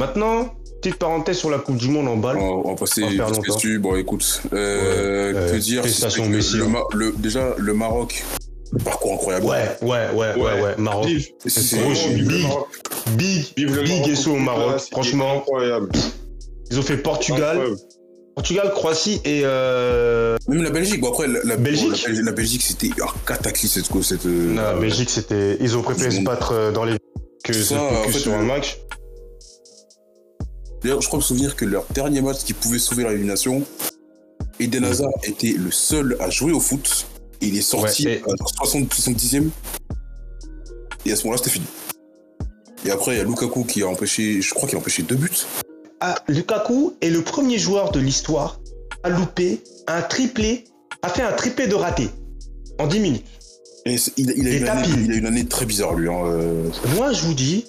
Maintenant, petite parenthèse sur la Coupe du Monde en balle. On on va passer On va faire vite longtemps. dessus. Bon, écoute, Ouais, euh, que euh, dire c'est prestation que le- Messi, le hein. Ma- le- Déjà, le Maroc, parcours incroyable. Ouais, ouais, ouais, ouais, ouais, Maroc. Vive. C'est- Gros, Vraiment, vive le big. Maroc. Big, Vive le big Maroc. et au Maroc. Voilà, c'est Franchement, Incroyable. ils ont fait Portugal, Incroyable. Portugal, Croatie et euh... Même la Belgique, bon, après, la, la- Belgique bon, la Belgi- la Belgique, c'était un cataclysme, cette. cette euh, non, la Belgique, c'était. Ils ont préféré Ils ont- se battre euh, dans les que Ça, se en focus fait, sur euh, un match. D'ailleurs, je crois me souvenir que leur dernier match qui pouvait sauver la élimination, Eden Hazard était le seul à jouer au foot. Et il est sorti Ouais, et- à 60, 70e. Et à ce moment-là, c'était fini. Et après, il y a Lukaku qui a empêché, je crois qu'il a empêché deux buts. Ah, Lukaku est le premier joueur de l'histoire à louper un triplé, a fait un triplé de raté en 10 minutes. Et c'est- il, il a Des eu une année, tapis. il a eu une année très bizarre, lui. hein, euh, Moi, je vous dis,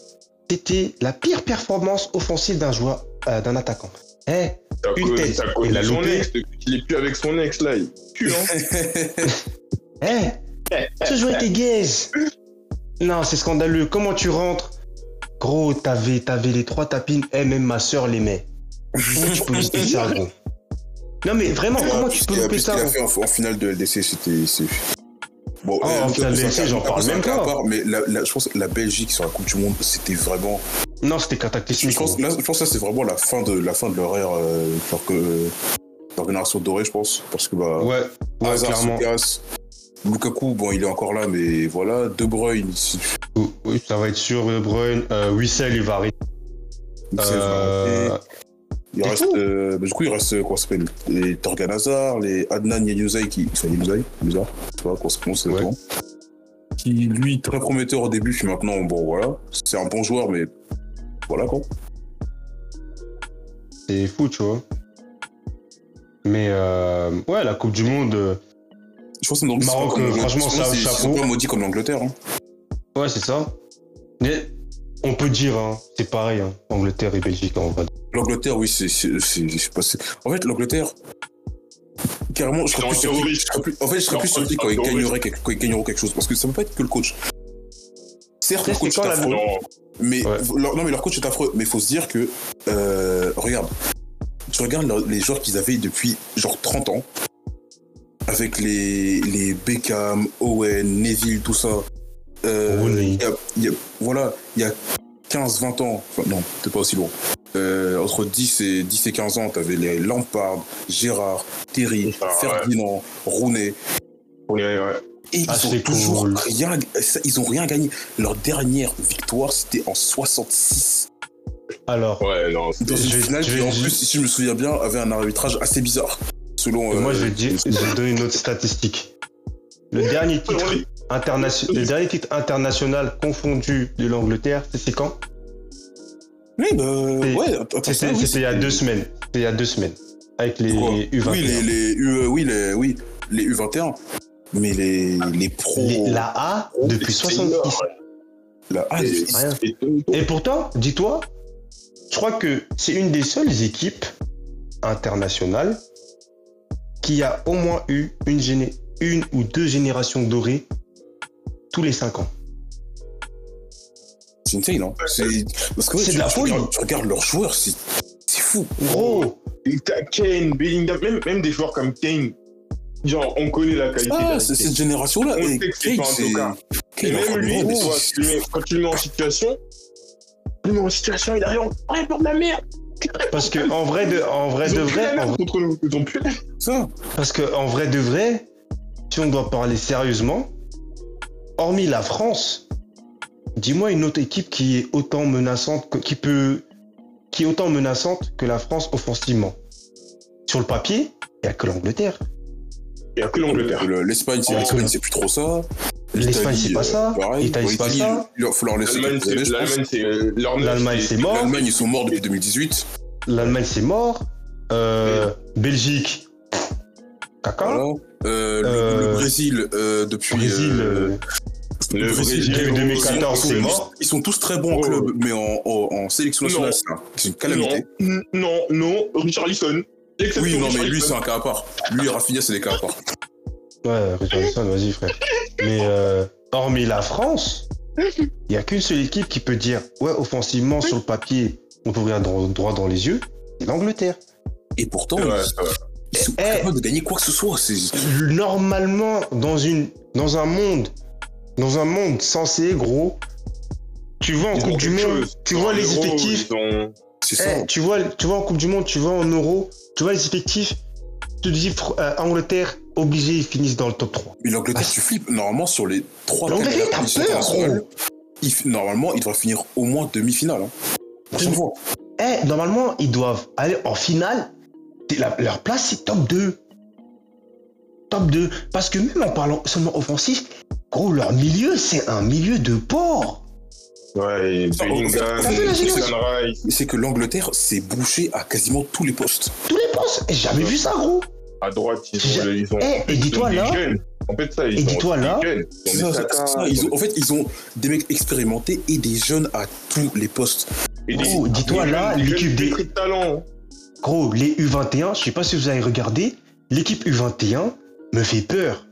c'était la pire performance offensive d'un joueur, euh, d'un attaquant. Eh, T'as Une connu- tête. t'as Il connu l'a son loupé. ex. Il est plus avec son ex là. Il pue, hein. Eh Ce joueur était gaze Non, c'est scandaleux. Comment tu rentres Gros, t'avais, t'avais les trois tapines. Eh, même ma soeur l'aimait. Comment tu peux louper ça, gros Non, mais vraiment, comment tu puisqu'il peux a- louper puisqu'il ça a gros fait en, en finale de LDC, c'était. c'est- Bon, Ah, en finale de LDC, j'en parle même pas. pas. mais la- la- je pense que la Belgique sur la Coupe du Monde, c'était vraiment. Non, c'était Je cataclysmique. pense, gros. là, je pense que ça, c'est vraiment la fin de, la fin de leur ère, euh, genre que, leur génération dorée, je pense. Parce que, bah, Ouais, ouais, Hazard se clairement. casse. Lukaku, bon, il est encore là, mais voilà. De Bruyne, c'est- Oui, oui, ça va être sûr, De Bruyne. Euh, Wissel, il va arrêter. c'est Euh, vraiment- il c'est reste, tout. euh, bah, du coup, il reste, euh, comment ça s'appelle, les Torgan Hazard, les Adnan Yanuzai, qui, enfin, Yanuzai, bizarre, je sais pas comment ça se prononce, Ouais. exactement. Qui, lui, très prometteur au début, puis maintenant, bon, voilà. C'est un bon joueur, mais voilà, quoi. C'est fou, tu vois. Mais euh, ouais, la Coupe du Monde, euh, Je pense que donc, Maroc, euh, franchement, c'est un chapeau. pas maudit comme l'Angleterre, hein. ouais, c'est ça. Mais on peut dire, hein, c'est pareil, hein, Angleterre et Belgique, en vrai. L'Angleterre, oui, c'est, c'est, c'est- je sais pas, c'est- En fait, l'Angleterre, carrément, je serais Ils plus sont surpris. terroristes. je serais plus- en fait, je serais Leur plus surpris coach, quand un ils terroriste. gagneraient quelque, quand ils gagneront quelque chose, parce que ça peut pas être que le coach. Certes, le C'est coach quand est la- affreux, Non, mais Ouais. leur- non, mais leur coach est affreux. Mais faut se dire que, euh, regarde, tu regardes leur- les joueurs qu'ils avaient depuis genre 30 ans, avec les les Beckham, Owen, Neville, tout ça. Euh, Rooney. il y a- il y a- voilà, il y a 15-20 ans, enfin, non, peut-être pas aussi loin. Euh, entre 10 et, 10 et 15 ans, t'avais les Lampard, Gérard, Terry, Ah, ouais. Ferdinand, Rooney. on est- ouais. Et Ah, ils ont c'est toujours cool. rien, ça, ils ont rien gagné. Leur dernière victoire, c'était en 66. Alors, Ouais, non. c'est- Dans une Je vais- finale je qui, vais en dire- plus, si je me souviens bien, avait un arbitrage assez bizarre. Selon. moi, euh, je vais, dire, je vais donner une autre statistique. Le dernier titre, internation- le dernier titre international confondu de l'Angleterre, c'est- c'est quand Oui, bah, ouais, attends, C'était ça, oui, c'était il y a deux semaines. C'était il y a deux semaines. Avec les Quoi U21. Oui, les, les U, euh, oui, les, oui, les U21. Mais les, les Oh. pros. Les- la A, depuis C'est 70 énorme. la- ah, Et- ils- Rien. Et donc, Et pourtant, dis-toi, je crois que c'est une des seules équipes internationales qui a au moins eu une, géné- une ou deux générations dorées tous les cinq ans. C'est insane, non Parce que ouais, C'est tu- de la tu folie. regardes- Tu regardes leurs joueurs, c'est c'est fou. Gros, Et t'as Kane, Bellingham, même, même des joueurs comme Kane. Genre, on connaît la qualité. de Ah, la c'est- Kane. cette génération-là. On eh, sait que c'est Kane, pas un c'est- tocard. Kane, Et enfin, même lui, non, mais tu vois, c'est- tu le mets- quand tu le mets en situation, tu le mets en situation, il arrive, on ouais, pour de la merde. parce que en vrai de, en vrai Ils de ont plus la vrai, en- merde contre nous. Ils ont plus la merde. ça. parce que en vrai de vrai, si on doit parler sérieusement, hormis la France, dis-moi une autre équipe qui est autant menaçante, que- qui peut, qui est autant menaçante que la France offensivement. Sur le papier, il n'y a que l'Angleterre. Il n'y a que l'Angleterre. Le- L'Espagne, c'est Oh. l'Espagne, c'est plus trop ça. L'Espagne, L'Italie, c'est pas euh, ça. pareil. L'Italie, c'est pas L'Italie, ça. Il faut leur laisser L'Allemagne, quelques années, c'est. je pense. L'Allemagne, c'est. euh, leur- L'Allemagne, c'est mort. L'Allemagne, ils sont morts depuis 2018. L'Allemagne, c'est mort. Euh, Belgique, caca. Voilà. Euh, le- Euh, Le Brésil, euh, depuis. Brésil, euh, euh, Le Brésil, ils sont- 2014, ils sont c'est tous- mort. Ils sont tous très bons en Oh. club, mais en, en- en sélection nationale, Non. c'est un- c'est une calamité. Non, non, non, Richarlison. L'exception Oui, non, mais lui, c'est Richarlison. un cas à part. Lui Ah. et Rafinha, c'est des cas à part. Ouais, Richarlison, vas-y, frère. Mais euh, hormis la France, il n'y a qu'une seule équipe qui peut dire Ouais, offensivement, sur le papier, on peut regarder dro- droit dans les yeux, c'est l'Angleterre. Et pourtant, Ouais, ouais. ils sont Eh, capables de gagner quoi que ce soit. C'est... normalement dans une dans un monde dans un monde censé gros tu vois en Ils ont coupe du quelque monde chose. tu vois En les Euro, effectifs ils ont- C'est Eh, ça. tu vois tu vois en coupe du monde tu vois en euro tu vois les effectifs tu te dis Fr- euh, Angleterre obligé ils finissent dans le top 3 Mais l'Angleterre, Ah. tu flippes. Normalement, sur les trois L'Angleterre, premières t'as positions peur, internationales, il f- normalement, il devrait finir au moins demi-finale. Hein. À Mmh. chaque Demi- fois. Eh, normalement ils doivent aller en finale C'est la- leur place c'est top 2 top 2 parce que même en parlant seulement offensif gros leur milieu c'est un milieu de porc Ouais, et Ça, Bellingham, ça fait la génération. Declan Rice. C'est que l'Angleterre s'est bouchée à quasiment tous les postes. tous les postes j'ai jamais vu ça gros À droite, ils ont. J'ai- Ils ont Eh, et ils ont dis-toi, des là- jeunes. En fait, ça, ils Et ont dis-toi, des là- jeunes. Ils ont C'est des ça, c'est Saka, ça. ils Ils ont ont- en fait, ils ont des mecs expérimentés et des jeunes à tous les postes. des- et des- Gros, oh, dis-toi, des là, jeunes- des l'équipe jeunes des- pétris de talent. Gros, les U21, je sais pas si vous avez regardé, l'équipe U21 me fait peur.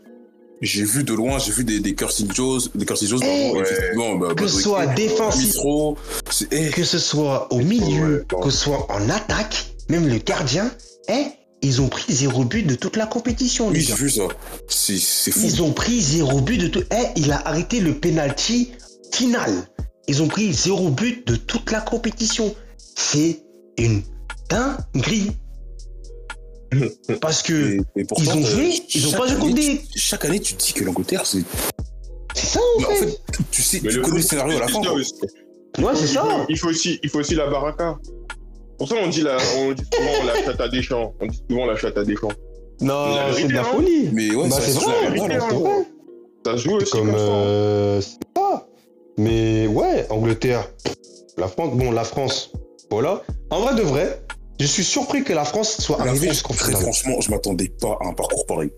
J'ai vu de loin, j'ai vu des, des Curtis Jones, des Curtis Jones, Eh, pardon, effectivement, bah, Que bah, ce soit Brick, défensif, Mitro, c'est- eh, que ce soit au Ouais, milieu, bon. que ce soit en attaque, même le gardien, eh, ils ont pris zéro but de toute la compétition, oui, les j'ai gars. vu ça. C'est, c'est fou. Ils ont pris zéro but de tout. Eh, il a arrêté le penalty final. Ils ont pris zéro but de toute la compétition. C'est une dinguerie. Parce que Et- et pourtant, ils ont euh, joué, ils ont chaque pas joué année, contre tu- des. Chaque année, tu te dis que l'Angleterre, c'est. C'est ça en Mais en fait. fait, tu sais, Mais tu le- connais le Ah scénario à la c'est fin. ça quoi. aussi. Ouais, c'est Il faut- ça. Il faut aussi, il faut aussi la baraka. Pour ça, on dit, la, on dit souvent la chatte à Deschamps. On dit souvent la chatte à Deschamps. Non, La vérité, c'est de la hein. folie. Mais ouais, Bah, ça- c'est ça- vrai, voilà. voilà, c'est vrai. Ça se joue aussi comme, Comme, ça. hein. euh, c'est pas. Mais ouais, Angleterre, la France, bon, la France, voilà. En vrai de vrai, je suis surpris que la France soit La arrivée France, jusqu'en très finale. franchement, je m'attendais pas à un parcours pareil.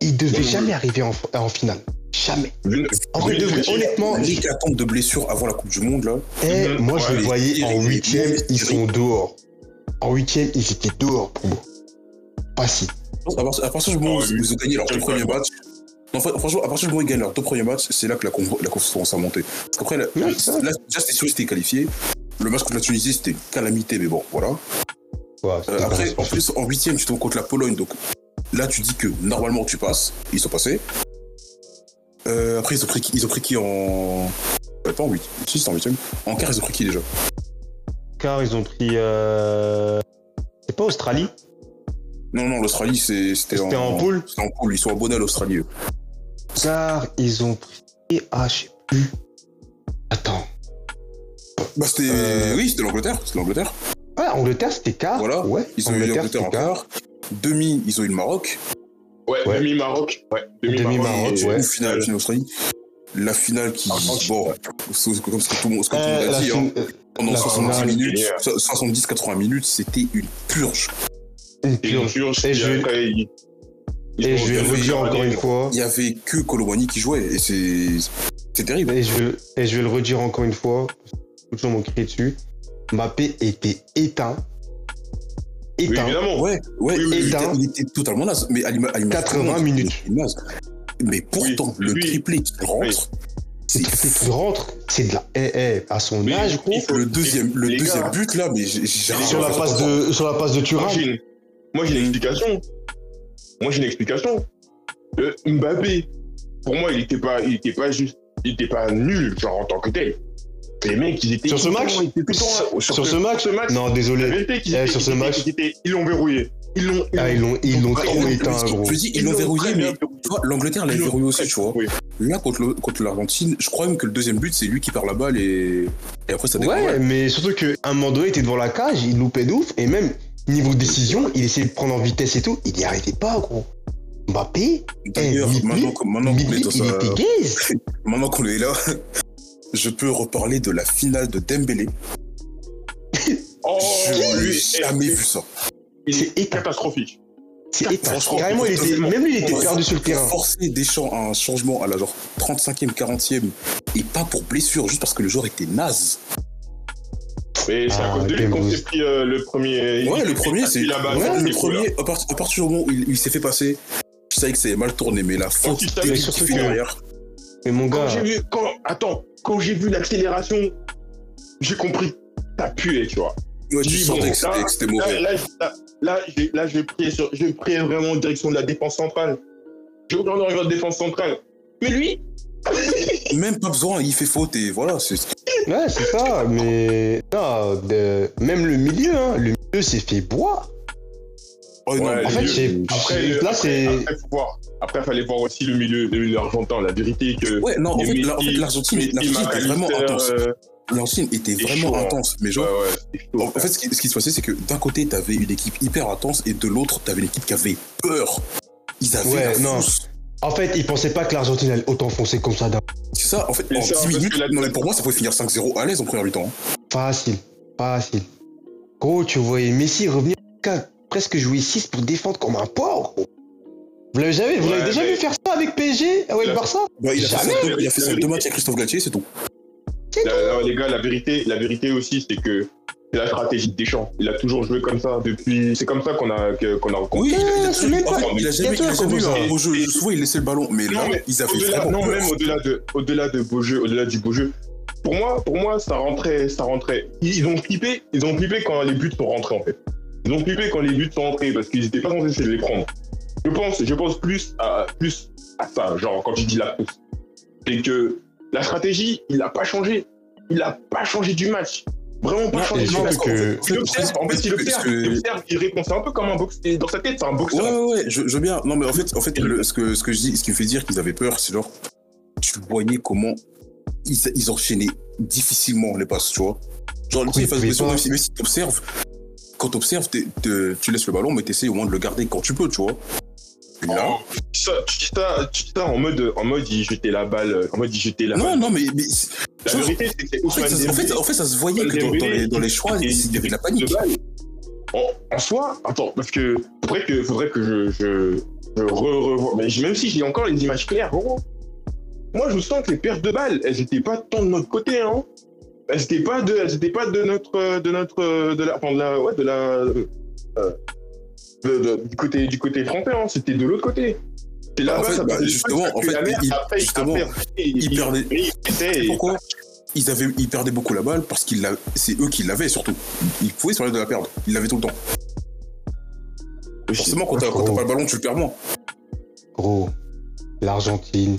Il devait Oui. jamais arriver en, en finale. Jamais. Vu- En vrai Oui, de vrai, oui. honnêtement, L'hécatombe de blessures avant la Coupe du Monde, là. eh, Mhm. moi je Ouais, les voyais en Thierry, huitième, Thierry. ils sont dehors. En huitième, ils étaient dehors pour moi. Pas si. À part- à partir du moment où Ah, ils- oui. ils ont gagné leurs deux Ouais. premiers matchs. Non, fr- franchement, à partir du moment où ils gagnent leurs deux premiers matchs, c'est là que la, con- la confiance commence à monter. Parce qu'après, la- Ouais, là, c'est ça. déjà, c'était sûr, c'était qualifié. Le match contre la Tunisie, c'était une calamité, mais bon, voilà. Ouais, Euh, c'était pas après, en responsable. plus, en huitième, tu tombes contre la Pologne, donc là, tu dis que normalement, tu passes. Ils sont passés. Euh, après, ils ont pris, qui- ils ont pris qui en. euh, pas en huit. Si, c'était en huitième. En quart, ils ont pris qui déjà car ils ont pris. euh, C'est pas Australie Non, non, l'Australie, c'est- c'était en. C'était en poule C'était en poule. Ils sont abonnés à l'Australie. eux. Car ils ont pris. Ah, je sais plus. Attends. Bah, c'était. Euh, Oui, c'était l'Angleterre. C'était l'Angleterre. Ouais, Ah, Angleterre, c'était quart. Voilà. Ouais, Ils ont eu Angleterre, l'Angleterre en c'était quart. Demi, ils ont eu le Maroc. Ouais, Ouais. demi-Maroc. Ouais, Demi-Maroc, demi-Maroc. et ouais. Ou finale, finale Australie. La finale qui. Argentine. Bon, c'est comme ce que tout le monde, ce que tout le Euh, monde a la dit. fin- hein. euh, Pendant la 70 finale. minutes, 70-80 minutes, c'était une purge. une Et une purge. purge euh, Et qui, je vais- après, ils- ils Et ont je vais ils le ont redire gagné. encore une fois. il y avait que Colomani qui jouait et c'est c'est terrible. Et je, vais- et je vais le redire encore une fois. Tout le monde m'ont crié dessus. Mappé était éteint. Oui, Éteint. évidemment. Ouais, ouais, Oui, oui, il, oui. était, il était totalement naze, mais à l'ima- à l'image 80 de tout le monde, minutes. il était naze. Mais pourtant, Oui, le oui. triplé qui rentre, C'est triplé qui rentre. C'est de la. Eh, eh, à son Mais âge, il gros. faut- le deuxième, le Les deuxième gars. but là, mais j'ai- j'ai Sur Sur la j'ai- passe de, sur la passe de Thuram. Moi, j'ai une... moi, j'ai une explication. Moi, j'ai une explication. Le Mbappé, pour moi, il était pas, il était pas juste, il était pas nul, genre en tant que tel. Les mecs, ils étaient Sur ce ils match étaient tout le temps- sur, ce, match, ce match, Non, la désolé. vérité qu'ils Eh, étaient- sur ce ils étaient- match. ils étaient- ils l'ont verrouillé. Ils l'ont, Ah, ils l'ont, ils l'ont Ah, trop Mais éteint, ce que gros. Je dis, ils l'ont verrouillé, mais tu vois, l'Angleterre l'a verrouillé aussi, tu vois. Là, contre le- contre l'Argentine, je crois même que le deuxième but, c'est lui qui perd la balle et, et après ça découvre. Ouais, mais surtout qu'à un moment donné, il était devant la cage, il loupait de ouf, et même niveau décision, il essayait de prendre en vitesse et tout, il n'y arrivait pas, gros. Mbappé, D'ailleurs, Eh, Mitli- maintenant, que- maintenant qu'on est Mbappé, dans il un- était gaze. Maintenant qu'on est là, je peux reparler de la finale de Dembélé. Oh, je n'ai lui, jamais eh. vu ça. il C'est est éteint. catastrophique. C'est éteint. franchement, Carrément, il était, franchement, même lui, il était ouais. perdu sur le terrain. Forcer Deschamps à un changement à la genre 35e, 40e, et pas pour blessure, juste parce que le joueur était naze. Mais c'est à Ah, cause de lui Game qu'on Boost. s'est pris euh, le premier. Ouais, le premier, c'est. la balle, ouais, c'est le cool, hein. premier, à, part- à partir du moment où il, il s'est fait passer, je savais que ça avait mal tourné, mais la faute tu savais terrible surtout qu'il fait que- derrière. Mais mon Quand gars, j'ai vu, quand, attends, quand j'ai vu l'accélération, j'ai compris ça puait, tu vois. Ouais, tu Dis, sentais bon, que c'était- là, que c'était Là, mauvais. là, je- là, là, je, là, je priais sur, je priais vraiment en direction de la défense centrale. Je prends dans la défense centrale. Mais lui, Ah, Même pas besoin, il fait faute et voilà. c'est- Ouais, c'est ça, mais. Non, de- même le milieu, hein, le milieu s'est fait bois. Oh, non, Ouais, mais- En le fait, milieu. j'ai. après, j'ai- le- Là, après, c'est. après, faut voir. Après, fallait voir aussi le milieu, le milieu argentin. La vérité est que. Ouais, non, en les fait, Messi, la- en fait, l'Argentine Messi, l'Argentine était vraiment McAllister, intense. euh, L'Argentine était c'est vraiment chaud, hein. intense. Mais ouais, genre, ouais, c'est chaud, en en fait, ce qui, ce qui se passait, c'est que d'un côté, t'avais une équipe hyper intense et de l'autre, t'avais une équipe qui avait peur. Ils avaient Ouais, la non. frousse. En fait, ils pensaient pas que l'Argentine allait autant foncer comme ça d'un- C'est ça, en fait, C'est en ça, 10 parce minutes, que la- non, mais pour moi, ça pouvait finir 5-0 à l'aise en première mi-temps. hein. Facile. Facile. Gros, tu voyais Messi revenir qu'à presque jouer 6 pour défendre comme un porc. gros. Vous l'avez jamais, vous l'avez Ouais, déjà mais- vu faire ça avec PSG Ah Ouais, le Là- Barça Bah, il, a fait Jamais. ça deux, il a fait ça deux matchs avec Christophe Galtier, c'est tout. Là, là, les gars, la vérité, la vérité aussi, c'est que c'est la stratégie de Deschamps. Il a toujours joué comme ça depuis. C'est comme ça qu'on a que- qu'on a rencontré. il a- il a, euh, c'est absolument- même en pas- fait, il a jamais, il a Galtier, jamais eu comment un ça beau jeu. Souvent, il laissait le ballon, mais là, Non, mais ils avaient Au-delà- vraiment non, peur. même au-delà de, au-delà de beau jeu, au-delà du beau jeu. Pour moi, pour moi, ça rentrait, ça rentrait. Ils ont flippé, ils ont flippé quand les buts sont rentrés en fait. Ils ont flippé quand les buts sont rentrés parce qu'ils n'étaient pas censés essayer de les prendre. Je pense, je pense plus à plus à ça, genre quand je dis la course, c'est que la stratégie, il n'a pas changé, il n'a pas changé du match, vraiment pas Non, changé et du surtout match. parce qu'en fait, que- Il observe, en fait, il parce observe, que- il observe, il répond. C'est un peu comme un boxeur. Dans sa tête, c'est un boxeur. Ouais, ouais, ouais, je, je veux bien. Non, mais en fait, en fait le- ce, que, ce que je dis, ce qui me fait dire qu'ils avaient peur, c'est genre, tu voyais comment ils, ils enchaînaient difficilement les passes, tu vois. Genre, tu ils sais, phases de pouvaient pression, pas. même si, même si t'observes, quand t'observes, t'es- t'es- tu laisses le ballon, mais t'essayes au moins de le garder quand tu peux, tu vois. Et là, Ça, tu dis ça, tu dis ça en mode, en mode il jetait la balle, en mode il jetait la non, balle. non, mais, mais c'est- La genre, vérité, c'est que c'est en, fait, Ousmane ça, en, fait, Dembélé, en fait, ça se voyait que dans, dans les, dans les choix, Et- il y avait de la panique. de balle. En, en soi, attends, parce que faudrait que, faudrait que je, je, je re- revoie. Mais j'ai- même si j'ai encore les images claires, gros, moi je sens que les pertes de balles, elles n'étaient pas tant de notre côté, hein. Elles n'étaient pas de, elles étaient pas de notre, euh, de notre, euh, de la, enfin, de la, ouais, de la, euh, de- de- du côté, du côté français, hein. C'était de l'autre côté. C'est Bah, en là-bas, fait, ça bah, passait justement, pas, en que fait, la merde, il- après, justement, après, il perdait- il- il- Et il- pourquoi ils, avaient, ils perdaient beaucoup la balle parce que c'est eux qui l'avaient surtout. Ils pouvaient se permettre de la perdre. Ils l'avaient tout le temps. Forcément, quand t'as quand t'as pas le ballon, tu le perds moins. Gros, l'Argentine.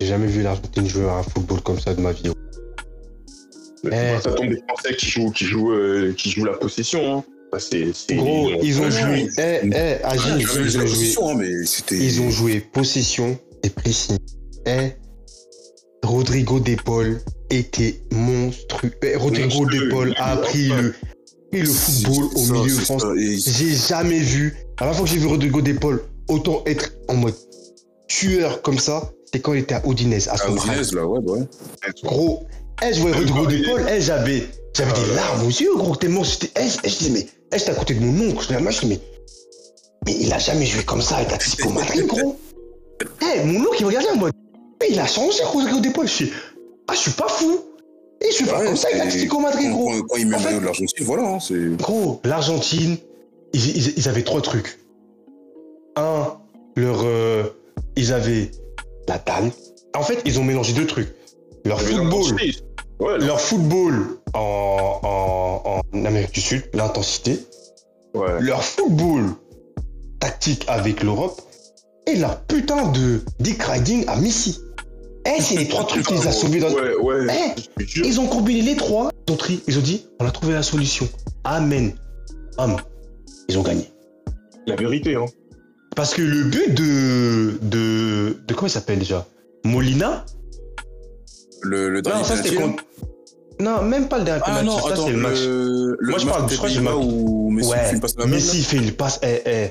J'ai jamais vu l'Argentine jouer à un football comme ça de ma vie. Eh. Euh, bah, Ça tombe des Français qui jouent, qui jouent, euh, qui jouent la possession. hein. Bah, c'est, c'est- Gros, ils ont Ouais, joué. Eh, eh, Agile, ils Ils avaient la ont joué. position, hein, mais c'était. Ils ont joué possession et pressing. Eh, Rodrigo De Paul était monstrueux. Eh, Rodrigo Monstrueux. De Paul a pris le, pris le football C'est au ça, milieu c'est français. ça, et- J'ai jamais vu. À la fois que j'ai vu Rodrigo De Paul autant être en mode tueur comme ça, c'est quand il était à Udinese, à Ah, son prime. Udinese, là, ouais, ouais. Gros, eh, je voyais Rodrigo De Paul, eh, j'avais, j'avais des larmes aux yeux, gros, tellement j'étais, eh, je- eh, je disais, mais, eh, j'étais à côté de mon oncle, je regardais le match, je dis, mais, mais il a jamais joué comme ça avec l'Atlético Madrid, gros. Eh, mon oncle, il me regardait en mode, mais il a changé, Rodrigo De Paul, je suis, ah, je suis pas fou. Il joue pas Ouais, comme ça avec c'est- l'Atlético Madrid, Quand, gros. quand- quand ils En mettent fait- le maillot de l'Argentine, voilà, hein, c'est. Gros, l'Argentine, ils, ils- ils avaient trois trucs. Un, leur. euh, ils avaient la dalle. En fait, ils ont mélangé deux trucs. Leur Ils avaient football, l'intensité. Ouais, leur football en, en- en Amérique du Sud, l'intensité. ouais. Leur football tactique avec l'Europe. Et leur putain de dick riding à Messi. Eh, c'est les trois trucs qu'ils ont sauvés dans. Ouais, ouais. Eh, je te jure. ils ont combiné les trois, ils ont, tri- ils ont dit, on a trouvé la solution. Amen. Amen. Ils ont gagné. La vérité, hein. Parce que le but de. de. de comment il s'appelle déjà Molina Le, le Non, dernier ça c'était penalty, contre. Non, même pas le dernier Ah penalty, non, ça attends, c'est le match. le, le Moi, je match parle- de je crois que j'ai Pogba marqué. où Messi Ouais, fait une passe à la main. Messi fait une passe. Eh, eh.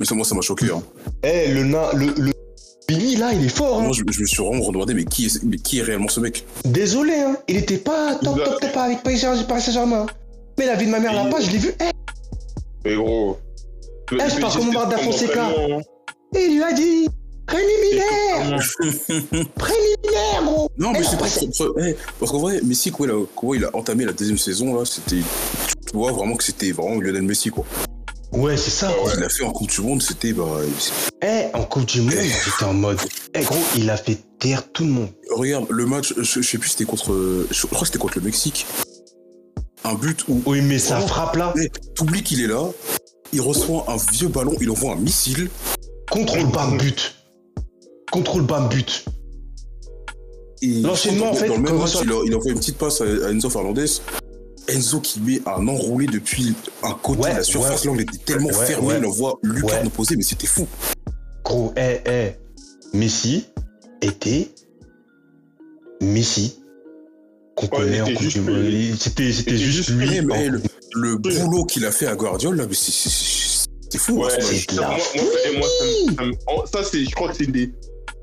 Mais ça, moi, ça m'a choqué. hein. Eh, le nain. Le, le- Billy là, il est fort. hein. Moi, je, je me suis vraiment demandé, mais qui est, mais qui est réellement ce mec Désolé, hein. il était pas top, Il a- top, top avec Paris Saint- Paris Saint-Germain. hein. Mais la vie de ma mère Il- là pas, je l'ai vu. Eh, Mais gros. Eh, je parle comme Omar Da Fonseca. hein. Et Eh, il lui a dit Eh, Préliminaire Préliminaire, gros Non, Eh, mais non, c'est pas. bah, c'est- trop- eh, parce qu'en vrai, Messi, quoi, il a, quoi, il a entamé la deuxième saison, là, c'était. Tu vois vraiment que c'était vraiment Lionel Messi, quoi. Ouais, c'est ça. Il a fait en Coupe du Monde, c'était. Bah, Eh, en Coupe du Monde, Eh. j'étais en mode. Eh, gros, il a fait taire tout le monde. Regarde, le match, je, je sais plus c'était contre. Je crois que c'était contre le Mexique. un but où Oui, mais sa Vraiment. frappe là, mais t'oublies qu'il est là, il reçoit un vieux ballon, il envoie un missile. contrôle bam but. Contrôle bam but. Et L'enchaînement, dans- en fait, dans le même quand match, on- il, a- il envoie une petite passe à, à Enzo Fernandez. Enzo qui met un enroulé depuis un côté Ouais, de la surface. ouais. L'angle était tellement Ouais, fermé, ouais. il envoie Lucarne Ouais. opposée, mais c'était fou. Gros, eh, eh. Messi était Messi qu'on connaît en c'était Coupe du juste Monde. lui. Il- C'était c'était C'était juste juste lui. Eh, mais, en- eh, le, le Oui. boulot qu'il a fait à Guardiola, là, mais c'est- c'est- c'est c'est fou. hein, Ouais, ce match. c'est de ça, la moi, moi, ça- et moi, ça me- ça me- en- ça, c'est, je crois que c'est des,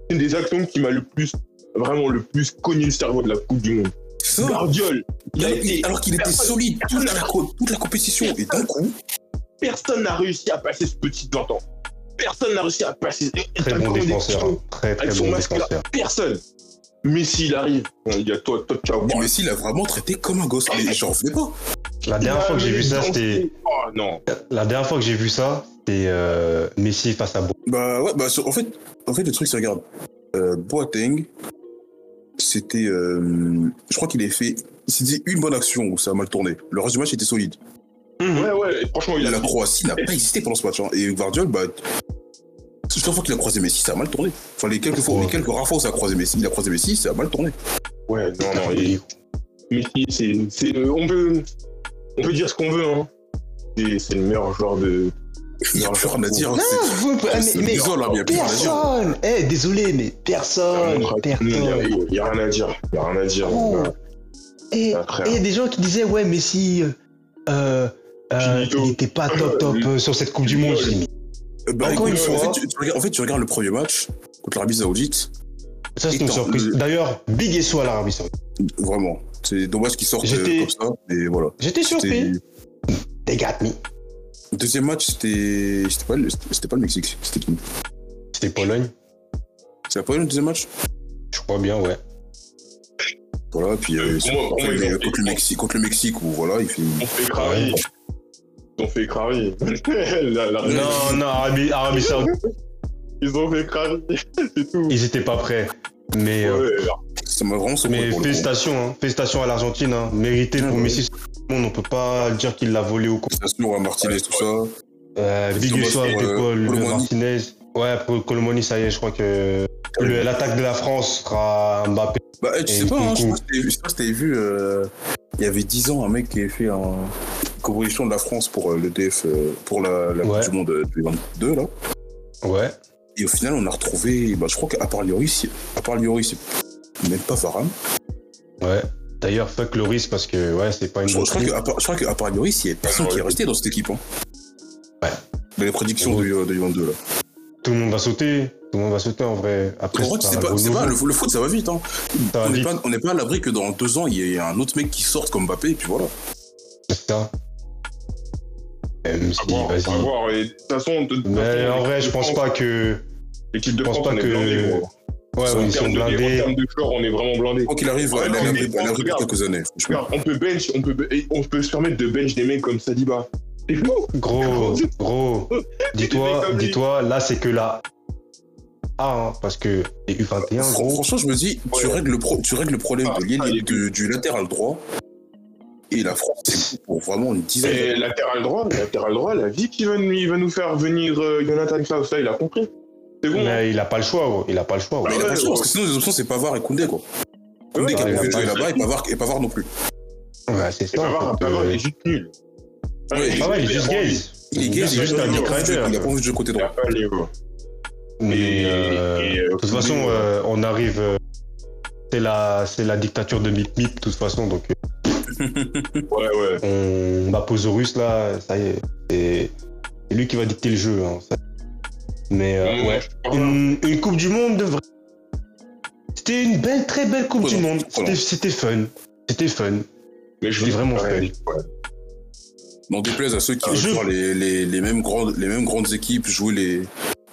c'est des actions qui m'a le plus, vraiment le plus cogné le cerveau de la Coupe du Monde. C'est ça. Guardiol, il a Alors- été- alors qu'il était personne- solide toute la, co- toute la compétition. Et d'un coup, personne n'a réussi à passer ce petit temps. Personne n'a réussi à passer. Très bon défenseur. hein. Très très Avec son bon masque là, défenseur. personne. Mais s'il arrive, bon, il y a toi, toi, tu vas voir. Messi l'a vraiment traité comme un gosse. Mais j'en revenais pas. La dernière fois que j'ai vu ça, c'était. Oh non. La dernière fois que j'ai vu ça, c'était euh, Messi face à Bo. Bah ouais, bah sur- en fait, en fait le truc, c'est regarde, euh, Boateng, c'était, euh, je crois qu'il a fait, il s'est dit une bonne action où ça a mal tourné. Le reste du match était solide. Oh, Ouais, ouais, franchement, il a La Croatie n'a pas existé pendant ce match. hein. Et Guardiola, bah, chaque fois qu'il a croisé Messi, ça a mal tourné. Enfin, les quelques fois, Ouais. les quelques rares fois où ça a croisé Messi, il a croisé Messi, ça a mal tourné. Ouais, non, non. il- Il- Messi, c'est, c'est- euh, on peut, on peut dire ce qu'on veut, hein. C'est, c'est le meilleur joueur de. Il n'y a plus rien à dire. hein, Non, C'est- vous- ah, c'est mais, mais désolant, il y a plus rien à dire. personne. Eh, désolé, mais personne, Ah, Il y a, personne. il y a rien à dire. Il y a rien à dire. Oh. Et Après, il y a des gens qui disaient ouais, Messi, euh, euh, Finito. il n'était pas top top euh, sur cette Coupe du Monde. Je dis, mais Euh, bah, Encore écoute, une en fois. fait, tu- tu regardes- en fait, tu regardes le premier match contre l'Arabie Saoudite. Ça c'est une Attends, surprise. le- D'ailleurs, big et à l'Arabie Saoudite. Vraiment. C'est dommage qu'ils sortent euh, J'étais- comme ça. Mais voilà. J'étais C'était- surpris. They got me. Deuxième match, c'était. C'était pas, le... c'était pas le Mexique. C'était qui C'était Pologne, C'est la première le deuxième match je crois bien, ouais. Voilà, puis euh, Euh, c'est- comment- après, comment les- ils ont fait contre, le Mexique, contre le Mexique, où voilà, il fait. on fait écraver. Ils ont fait écraver. La- la- Non, non, Arabie, Arabie Saoudite, Ils ont fait écraver. C'est tout. ils étaient pas prêts. Mais, euh, Ouais. Ça m'a vraiment secoué mais pour le coup. félicitations, hein. félicitations à l'Argentine, hein. mérité Ouais, pour ouais. Messi. Bon, on peut pas dire qu'il l'a volé au coup. Félicitations à hein, Martinez, tout ça. Euh, Big Thomas Uso avec pour, euh, Paul Colomani. Martinez. Ouais, pour Colomoni, ça y est, je crois que le- l'attaque de la France sera Mbappé. Bah, eh, tu Et sais pas, hein, je sais Nkunku. pas si t'avais- je sais pas si t'avais vu. euh, Il y avait 10 ans, un mec qui avait fait un. Composition de la France pour euh, le DF, euh, pour la, la Ouais. Coupe du Monde euh, 2022, là. Ouais. Et au final, on a retrouvé. Bah, je crois qu'à part Lloris, à part Lloris, même pas Varane. Ouais. D'ailleurs, fuck Loris parce que ouais, c'est pas une Je, bonne je crois chose. que, à part- je crois qu'à part Lloris, il n'y a personne qui est resté dans cette équipe. Hein. Ouais. Dans les prédictions de, euh, de 2022. Là. Tout le monde va sauter. Tout le monde va sauter en vrai. Après, En vrai, ça c'est va pas, c'est renouveler. pas- le, le foot, ça va vite. Hein. Ça va on n'est vite. pas, on n'est pas à l'abri que dans deux ans, il y ait un autre mec qui sorte comme Mbappé, et puis voilà. C'est ça. Même si, À voir, à vas-y. voir. Et de toute façon, de- de toute Mais en façon, vrai, je l'équipe de pense France- pas que. L'équipe de je pense France, pas on est que- blindés, gros. Ouais, En ouais, ils En sont termes de- En blindés. termes de corps, on est vraiment blindés. Quoi qu'il arrive, Ouais, elle non, a mais pris on pour regarde. quelques années. franchement. Regarde, On peut bench, on peut, et on peut se permettre de bench des mecs comme Sadiba. C'est fou. Gros, gros. Des mecs Dis-toi, comme lui. dis-toi, là, c'est que la A, hein, parce que les U21, Fran- gros. Franchement, je me dis, tu, Ouais. règles le pro- tu règles le problème Ah, de l'ailier- ah, il est- du, du latéral droit. Et la France, c'est pour vraiment une dizaine Et latéral droit, latéral droit, la vie qui va nous, il va nous faire venir euh, Jonathan Klaus, ça, il a compris. C'est bon. hein. Mais il a pas le choix, gros. Il a pas le choix, Mais gros. il a pas le ouais, choix, parce ouais. que sinon, les options, c'est Pavard et Koundé, quoi. Koundé Ouais, qui a il a pas pas joué le là-bas et Pavard, et Pavard non plus. Ouais, c'est Et ça. Pavard, en fait, Pavard, euh, il est juste nul. Ouais, Ah ouais, il est juste gaze. Il est Il gay, a il est juste il un a pas envie de jouer- dictateur. il a pas envie de jouer côté Il a droit. pas le niveau. Mais Et- euh, et, euh, de toute façon, mais- euh, on arrive. euh, c'est la, c'est la dictature de Mip Mip, de toute façon. Donc, Ouais, ouais. euh, on va poser aux Russes, là, ça y est. C'est, c'est lui qui va dicter le jeu. hein, ça. Mais euh, Mmh, ouais. Une, une Coupe du Monde de vrai. C'était une belle, très belle Coupe du Prenons, Monde. C'était, prenons. c'était fun. C'était fun. Mais je Il est dis vraiment ouais, ouais. N'en déplaise à ceux qui Ah, veulent je- voir les, les, les, mêmes grandes, les mêmes grandes équipes jouer les,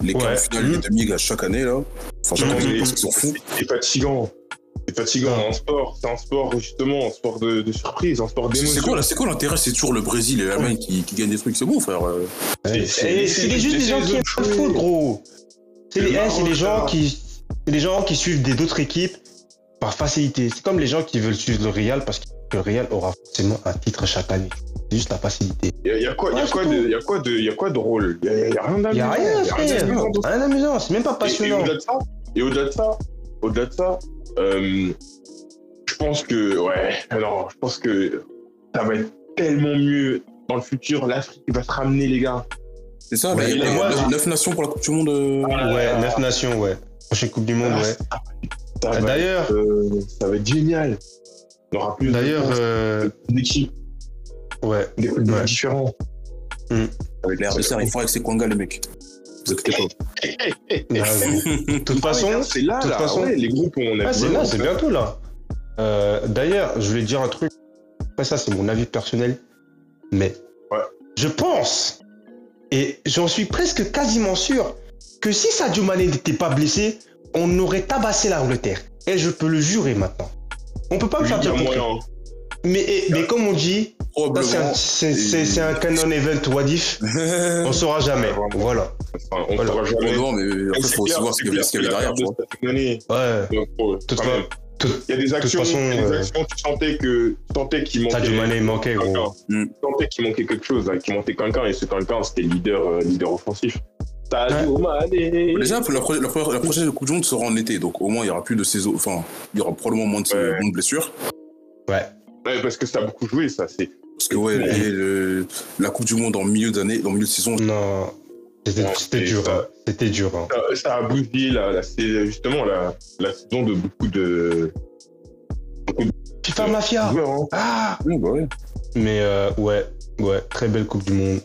les quarts Ouais. de finale, Mhm. les demi à chaque année, là. Enfin, chaque Mhm. année, parce qu'ils sont fous. C'est fatigant. C'est fatigant. Ouais. Un sport, c'est un sport justement, un sport de, de surprise, un sport C'est- C'est d'émotion. quoi, là, c'est quoi l'intérêt C'est toujours le Brésil et l'Allemagne qui, qui gagnent des trucs. C'est bon, frère. euh. Ouais. C'est- c'est- Eh, c'est- C'est les- juste c'est des gens les qui aiment autres le choses. foot, gros. C'est les, Le eh, c'est les Maroc, gens là. qui, c'est les gens qui suivent des d'autres équipes par facilité. C'est comme les gens qui veulent suivre le Real parce qu'ils que Real aura forcément un titre chaque année. C'est juste la facilité. Il y, a quoi, y a Ouais, quoi c'est de, y a quoi de, y a quoi de rôle Il y, a- y a rien Il n'y a d'amusant, y rien, a rien frère. d'amusant dans Rien d'amusant, c'est même pas Et- Et, passionnant. au-delà de ça, et au-delà de ça, au-delà de ça, euh, je pense que ouais, alors je pense que ça va être tellement mieux dans le futur. L'Afrique va se ramener, les gars. C'est ça, Ouais, mais il y mais moi, a 9 nations pour la Coupe du Monde. euh, Ouais, neuf nations, ouais. Prochaine Coupe du Monde, Ah, ouais. Ça va, être, D'ailleurs, euh, ça va être génial. On aura plus de- d'ailleurs, euh, des équipes, ouais. des clubs Ouais. différents. Hmm. Avec Merde, ça, il faut avec ses Kwanga, le mec. Vous inquiétez pas. De toute Ah, façon, regarde, c'est là, de toute là. façon- Ouais, les groupes où on a Ah, c'est vraiment- là, c'est bientôt là. Euh, D'ailleurs, je voulais dire un truc. Après, ça, c'est mon avis personnel. Mais Ouais. je pense, et j'en suis presque quasiment sûr, que si Sadio Mané n'était pas blessé, on aurait tabassé l'Angleterre. Et je peux le jurer maintenant. On peut pas me Oui, faire il y a dire contraire. moyen. mais, et- mais comme on dit, ça, c'est un- Probablement. c'est c'est- c'est un canon event wadif. On saura jamais. Ouais, vraiment. Voilà. Enfin, on Voilà. saura jamais. Probablement, mais euh, après, Et il c'est faut aussi clair, voir ce c'est qu'il y avait- clair ce qu'il y que avait la derrière, tu perte vois. de cette année, Ouais. donc, oh, Toute quand fa- même. toute- Il y a des actions, façon, il y a des euh, actions, tu sentais que tu sentais qu'il manquait. Sadio Mané manquait, gros. quelqu'un. Mm. Tu sentais qu'il manquait quelque chose, là, qu'il manquait quelqu'un et ce quelqu'un c'était le leader, euh, leader offensif. Sadio Mané. Déjà, la, pro- la pro- la prochaine Coupe du Monde sera en été, donc au moins il n'y aura plus de saison. Enfin, il y aura probablement moins de, Ouais. moins de blessures. Ouais, parce que ça a beaucoup joué, ça. C'est Parce que, ouais, Ouais. et, euh, la Coupe du Monde en milieu d'année, en milieu de saison, Non. C'était Ouais, c'était c'est dur. ça. hein. C'était dur. hein. ça, ça a bousillé la, la- c'est justement la, la saison de beaucoup de FIFA Mafia. joueurs. hein. Ah oui, bah ouais. Mais euh, ouais, ouais, très belle Coupe du Monde.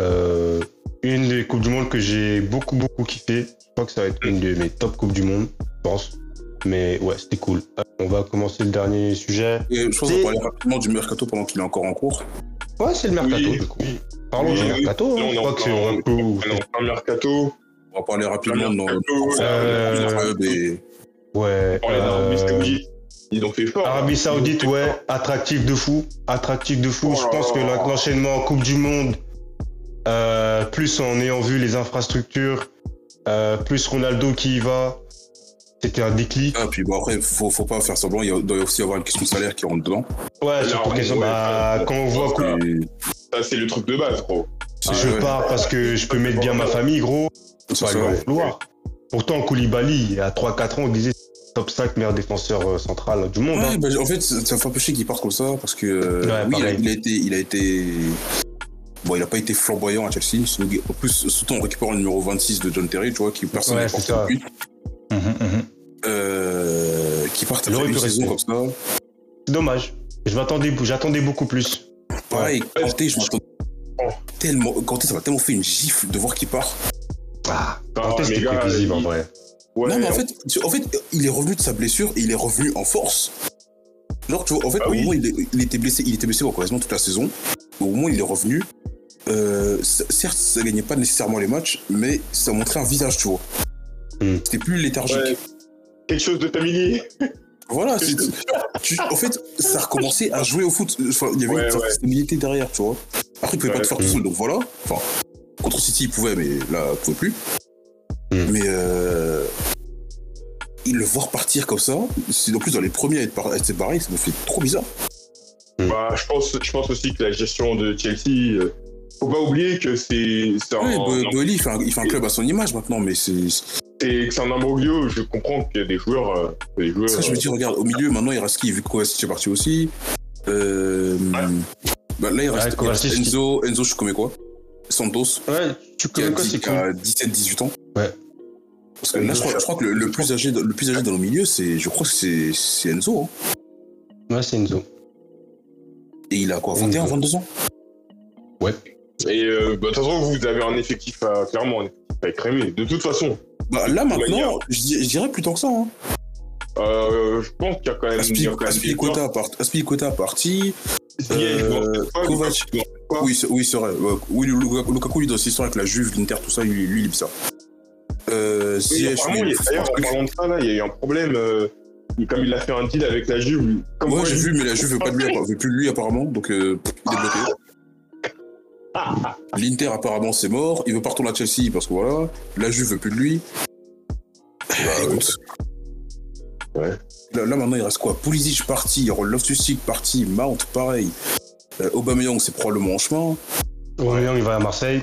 Euh, une des Coupes du Monde que j'ai beaucoup, beaucoup kiffé. Je crois que ça va être une de mes top Coupes du Monde, je pense. Mais ouais, c'était cool. Euh, On va commencer le dernier sujet. Et je pense Et- qu'on va aller rapidement du mercato pendant qu'il est encore en cours. Ouais, c'est le mercato, Oui, du coup. Parlons Oui, du oui. mercato. hein. Là, on est Je crois en que plein- c'est un peu- On est en plein mercato. On va parler rapidement de nos mercato, nos- euh, nos clubs et- Ouais. On parlait d'Arabie euh, Saoudite. Ils ont fait fort. Arabie Ils ont Saoudite, fait ouais, fort. attractif de fou, attractif de fou. Oh je là pense que là. l'enchaînement Coupe du Monde, euh, plus en ayant vu les infrastructures, euh, plus Ronaldo qui y va, c'était un déclic. Euh, Ah, puis bon, après, faut, faut pas faire semblant, il y a- doit aussi avoir une question de salaire qui rentre dedans. Ouais, là, surtout on- que- ouais, euh, bah, ouais, quand on voit que Et- Ça, c'est le truc de base, gros. Ah, je ouais. pars parce que je peux mettre bien ma famille, gros, C'est pas ça. lui en vouloir. Pourtant, Koulibaly, à 3-4 ans, on disait top 5 meilleur défenseur euh, central du monde. hein. Ouais, bah, en fait, ça ça me fait un peu chier qu'il parte comme ça parce que euh, Ouais, oui, il a, pareil. il a été, il a été, bon, il a pas été flamboyant à Chelsea. surtout- En plus, surtout en récupérant le numéro 26 de John Terry, tu vois, qui personne Ouais, n'a c'est porté ça. depuis, Mhm, mhm. euh, qui part Il après aurait une pu saison comme ça. C'est dommage. Je m'attendais- J'attendais beaucoup plus. Pareil, Ouais. Kanté, je m'attendais tellement, Kanté, ça m'a tellement fait une gifle de voir qu'il part. Ah, Ah, Kanté, mes c'était gars, prévisible en il- vrai. Ouais, non, mais en fait, tu- en fait, il est revenu de sa blessure et il est revenu en force. Genre, tu vois, en fait, Bah au oui. moment où il, est- il était blessé, il était blessé bon, quasiment toute la saison. Au moment où il est revenu, euh, c- certes, ça gagnait pas nécessairement les matchs, mais ça montrait un visage, tu vois. Hmm. C'était plus léthargique. Ouais. quelque chose de familier. Voilà, c'est- tu- en fait, ça recommençait à jouer au foot. Enfin, il y avait Ouais, une certaine ouais. stabilité derrière, tu vois. Après, il pouvait pas Ouais. tout faire tout Mm. seul, donc voilà. Enfin, contre City, il pouvait, mais là, il pouvait plus. Mm. Mais euh, il le voir partir comme ça, c'est en plus dans les premiers à être, par- à être barré, ça me fait trop bizarre. Bah, je pense, je pense aussi que la gestion de Chelsea, euh, faut pas oublier que c'est c'est un, Ouais, Bo- Oh, non, Boeli, il fait, un, il fait un club à son image maintenant, mais c'est c'est que c'est un imbroglio. Je comprends que des joueurs, euh, que des joueurs. ça. Je me dis, regarde, au milieu, maintenant, il reste qui Vu que Kovacic est parti aussi. Euh, bah, là, Ouais, il reste, il reste Kovacic qui- Enzo, Enzo, je connais quoi Santos. Ouais, tu qui a, connais quoi, c'est dix- qui cool. a 17-18 ans. Ouais. Parce que là, je crois, je crois que le, le plus âgé, dans- le plus âgé dans le milieu, c'est, je crois que c'est, c'est Enzo. hein. Ouais, c'est Enzo. Et il a quoi, 21, Enzo. 22 ans euh, Et euh, bah, de toute façon, vous avez un effectif à, clairement un effectif à écrémer. De toute façon, Bah, là, maintenant, Manière. je, dis- je dirais plus tant que ça. Hein. euh, je pense qu'il y a quand même. il y a quand même des joueurs- Aspilicueta part- Aspilicueta parti. Ziyech, euh, je pense que pas, Kovac. mais- Quoi Oui, c'est- oui, c'est vrai. Ouais, Oui, Lukaku, Lukaku, lui, dans ses histoires avec la Juve, l'Inter, tout ça, lui, lui, il est bizarre. Euh, Oui, Ziyech, apparemment, lui, il y il a- D'ailleurs, en est- parlant de ça, là, il y a eu un problème. euh, comme il a fait un deal avec la Juve. Comme Ouais, quoi, j'ai il- vu, mais la Juve veut pas de lui, appa- veut plus de lui apparemment, donc euh, il est bloqué. L'Inter apparemment c'est mort, il veut pas retourner à Chelsea parce que voilà, la Juve veut plus de lui. Bah, écoute. Ouais. Bah, Là, là, maintenant, il reste quoi Pulisic parti, Loftus-Cheek parti, Mount pareil. Euh, Aubameyang, c'est probablement en chemin. Aubameyang, il va à Marseille.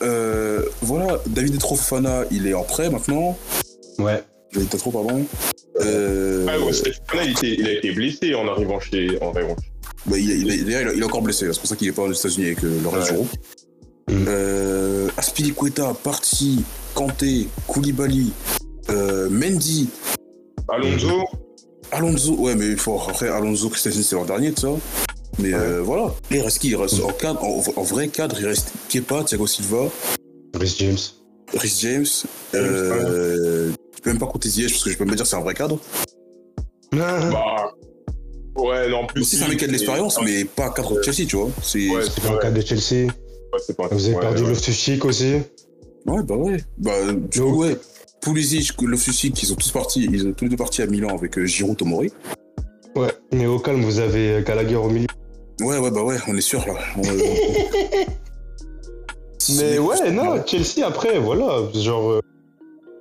Euh, voilà, David Trofana, il est en prêt maintenant. Ouais. David trop pardon. Euh, Ah ouais, Stéphane, il, était- il a été blessé en arrivant chez. En arrivant chez- bah, il, est- il est- d'ailleurs, il est- il est encore blessé, là, c'est pour ça qu'il est pas aux États-Unis avec euh, le reste Ouais. Mm. du groupe. Mhm. Euh, Aspilicueta, parti, Kanté, Koulibaly, euh, Mendy, Alonso, Alonso, ouais, mais il faut- après Alonso, Christensen, c'est l'an dernier, tout ça. Mais euh, voilà. Et il reste qui Il reste en, cadre, en, en vrai cadre, il reste Kepa, Thiago Silva, Rhys James. Rhys James. Euh, je peux même pas compter Ziyech parce que je peux même pas dire que c'est un vrai cadre. bah. Ouais, non, en plus. Aussi, c'est un mec qui a de l'expérience, mais pas cadre de Chelsea, tu vois. C'est... Ouais, Ouais. C'est c'est pas le vrai. cas de Chelsea. Ouais, c'est pas- Vous avez ouais, perdu ouais. Loftus-Cheek aussi. bah ouais. Bah, du Donc- coup, ouais. Pulisic, Loftus-Cheek, ils sont tous partis, ils sont tous les deux partis à Milan avec euh, Giroud, Tomori. Ouais. Mais au calme, vous avez euh, Gallagher au milieu. Ouais, ouais, bah ouais, on est sûr, là. On- on- Si ce Mais mec- ouais, non, Chelsea après, voilà. Genre, euh,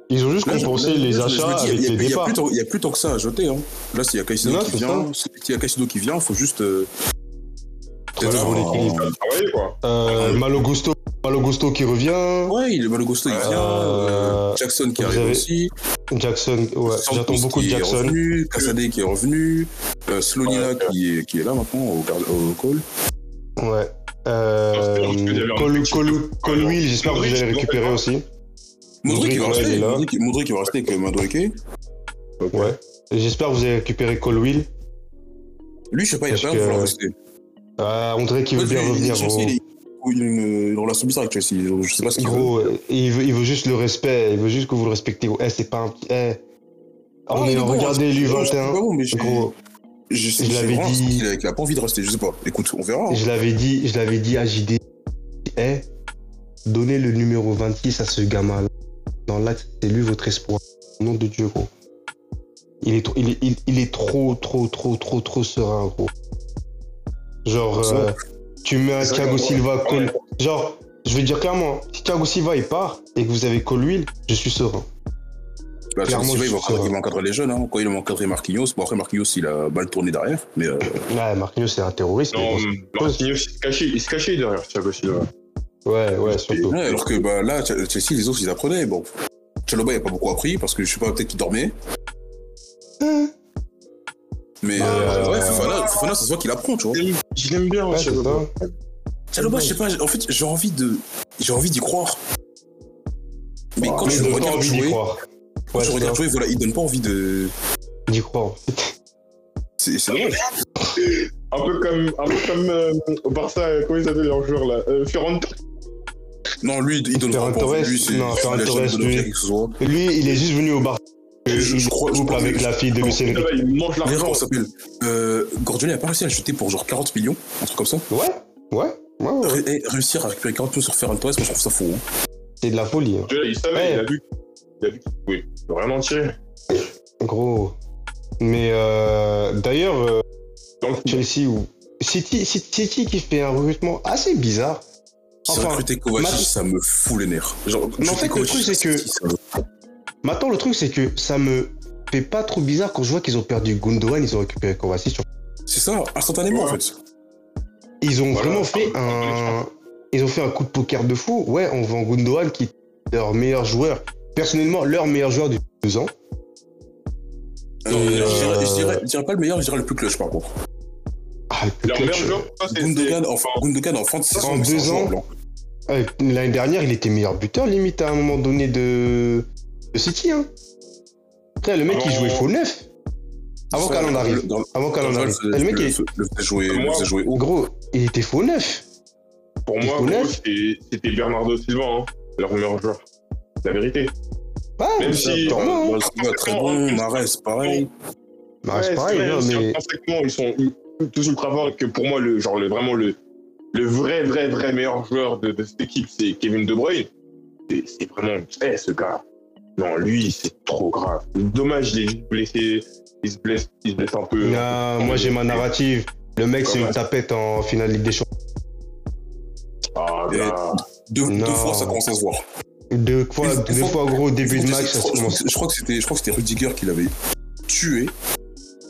ils ont juste Là, je- compensé là, je- les je me achats dis, avec il y a- les il y a départs. plus tant- Il n'y a plus tant que ça à jeter. Hein. Là, s'il y a Caicedo Non, qui c'est vient, s'il y a Caicedo qui vient, faut juste. euh, Peut-être Trouver un- l'équilibre. Ça a travaillé, quoi. Euh, Malogusto, Malogusto qui revient. Ah, Ouais, il est Malogosto, il Euh, vient. euh, Jackson qui vous arrive avez- aussi. Jackson, ouais, Santos j'attends beaucoup de qui est Jackson. revenu, Cassadé qui est revenu. Euh, Slonina Ouais. qui, est, qui est là maintenant au, gar- au call. Ouais. Parce que Euh, parce que j'avais un Col- petit- Col- Colwill, j'espère que vous Modric, allez récupérer ouais. aussi. Modric il va ouais, il est rester. là. Modric, Modric, il va rester avec Madueke. Donc, Ouais. Et J'espère que vous allez récupérer Colwill. Lui, je sais pas, il a Parce pas l'air de que- vouloir rester. Ah, on dirait qu'il veut Parce bien que revenir. Chelsea, gros. il est- il a une, une relation bizarre avec Chelsea. Je sais pas ce qu'il veut. Gros, euh, il veut, il veut juste le respect. Il veut juste que vous le respectez. gros. Eh, c'est pas un petit. eh. Ah, On il est est bon, regardez je- je- je- l'U21. pas bon, mais j'ai- Gros, Je, Je l'avais dit. Il a, qu'il a pas envie de rester, je sais pas. Écoute, on verra. hein. je l'avais dit, je l'avais dit à JD. Eh, donnez le numéro 26 à ce gamin-là. Dans l'acte, c'est lui votre espoir. Au nom de Dieu, gros. Il est, trop- il, est, il- il est trop, trop, trop, trop, trop serein, gros. Genre, Ça. euh, tu mets un C'est vrai Thiago qu'on- Silva, ouais. Col- Genre, je vais dire clairement, hein, si Thiago Silva, il part et que vous avez Colwil, je suis serein. Bah, Clairement, Thiago Silva, je il va suis encadrer- sûr. il va encadrer les jeunes. Hein. Quand il a encadré Marquinhos, bon, après Marquinhos, il a balle tournée derrière. Mais euh, Ouais, Marquinhos, c'est un terroriste. mais Non, bon, Marquinhos, il se cachait, il se cachait derrière Thiago Silva. Ouais, ouais, surtout. ouais, alors que bah, là, Ch- Chelsea, les autres, ils apprenaient. Bon, Chaloba, il a pas beaucoup appris parce que je sais pas, peut-être qu'il dormait. Mais Bah, euh, euh, ouais, Fofana, Fofana, ça se voit qu'il apprend, tu vois. Je l'aime bien, Ouais, c'est Thiago. ça. Chaloba, je sais pas, en fait, j'ai envie de, j'ai envie d'y croire. Mais quand Mais je j'ai le pas regarde envie d'y jouer, croire. quand Ouais, je c'est regarde ça. jouer, voilà, il donne pas envie de. D'y croire. C'est c'est dommage. Un peu comme, un peu comme euh, au Barça, euh, comment ils s'appellent leur joueur là euh, Ferran Torres. Non, lui, il donne Ferran pas envie. Torres, Lui, c'est non, c'est Ferran la chaîne Torres, de lui. l'Ophir, que ce soit. Lui, il est juste venu au bar. Je- je- je crois- je Couple crois- avec je- la fille de non, Lucien Enrique. Là, Il mange L'erreur, l'argent. comment ça s'appelle euh, Gordioli a pas réussi à jeter pour genre 40 millions, un truc comme ça. Ouais, ouais, ouais, ouais. Ré- eh, réussir à récupérer 40 millions sur Ferran Torres, moi je trouve ça fou. hein. C'est de la folie. hein. Tu vois, Il savait, Ouais. il a vu. Il a vu qu'il pouvait rien en tirer. hein, Gros. Mais euh, d'ailleurs, euh, Donc, Chelsea ou City, City, City qui fait un recrutement assez bizarre. Si Enfin, recruter Kovacic, Mat- ça me fout les nerfs. Genre, Mais en fait, jeter le Kovacic, truc, c'est que- si, ça me- Maintenant, le truc, c'est que ça me fait pas trop bizarre quand je vois qu'ils ont perdu Gundogan, ils ont récupéré Kovacic. C'est ça, instantanément en Ouais. fait. Ils ont Voilà. vraiment fait un. Ils ont fait un coup de poker de fou. Ouais, on vend Gundogan qui est leur meilleur joueur. Personnellement, leur meilleur joueur depuis deux ans. Non, Et, Euh, je, dirais, je dirais- euh, je dirais pas le meilleur, je dirais le plus clutch par contre. Ah, le plus leur meilleur clutch. joueur, ça, c'est. Gundogan c'est- en, Gundogan en fin de saison, En mais c'est hein. deux un joueur ans. blanc. Ouais, euh, L'année dernière, il était meilleur buteur, limite, à un moment donné de, de City. Hein. Après, le mec, il Avant- jouait faux neuf. Avant Ça, qu'Alan le- arrive. dans- Avant dans qu'Alan le- arrive. le- Le mec, le- il- le faisait jouer- le Moi- faisait jouer haut. gros, il était faux neuf. Pour moi, Nicolas. gros, c'est- c'était Bernardo Silva, hein, leur meilleur joueur. La vérité. Ah, Même mais si- euh, tant mieux, hein. Ball- Ball- Très bon, Mahrez, pareil. Bah, c'est Ouais, pareil, vrai, non, c'est mais intrinsèquement, ils sont u- tous ultra forts et que pour moi, le, genre, le, vraiment le, le vrai, vrai, vrai meilleur joueur de, de cette équipe, c'est Kevin De Bruyne. C'est c'est vraiment, eh, ce gars. Non, lui, c'est trop grave. Dommage, il est juste blessé. Il se blesse, il se blesse un peu. Non, moi, j'ai ma narrative. Le mec, c'est une Ouais. tapette en finale Ligue des Champions. Ah, gars. Deux, deux Non. fois, ça commence à se voir. Deux fois, Ils- deux ils font- fois gros, début Je de crois match, que ça se c'est- je crois que commence. c'est- Je crois que c'était, je crois que c'était Rudiger qui l'avait tué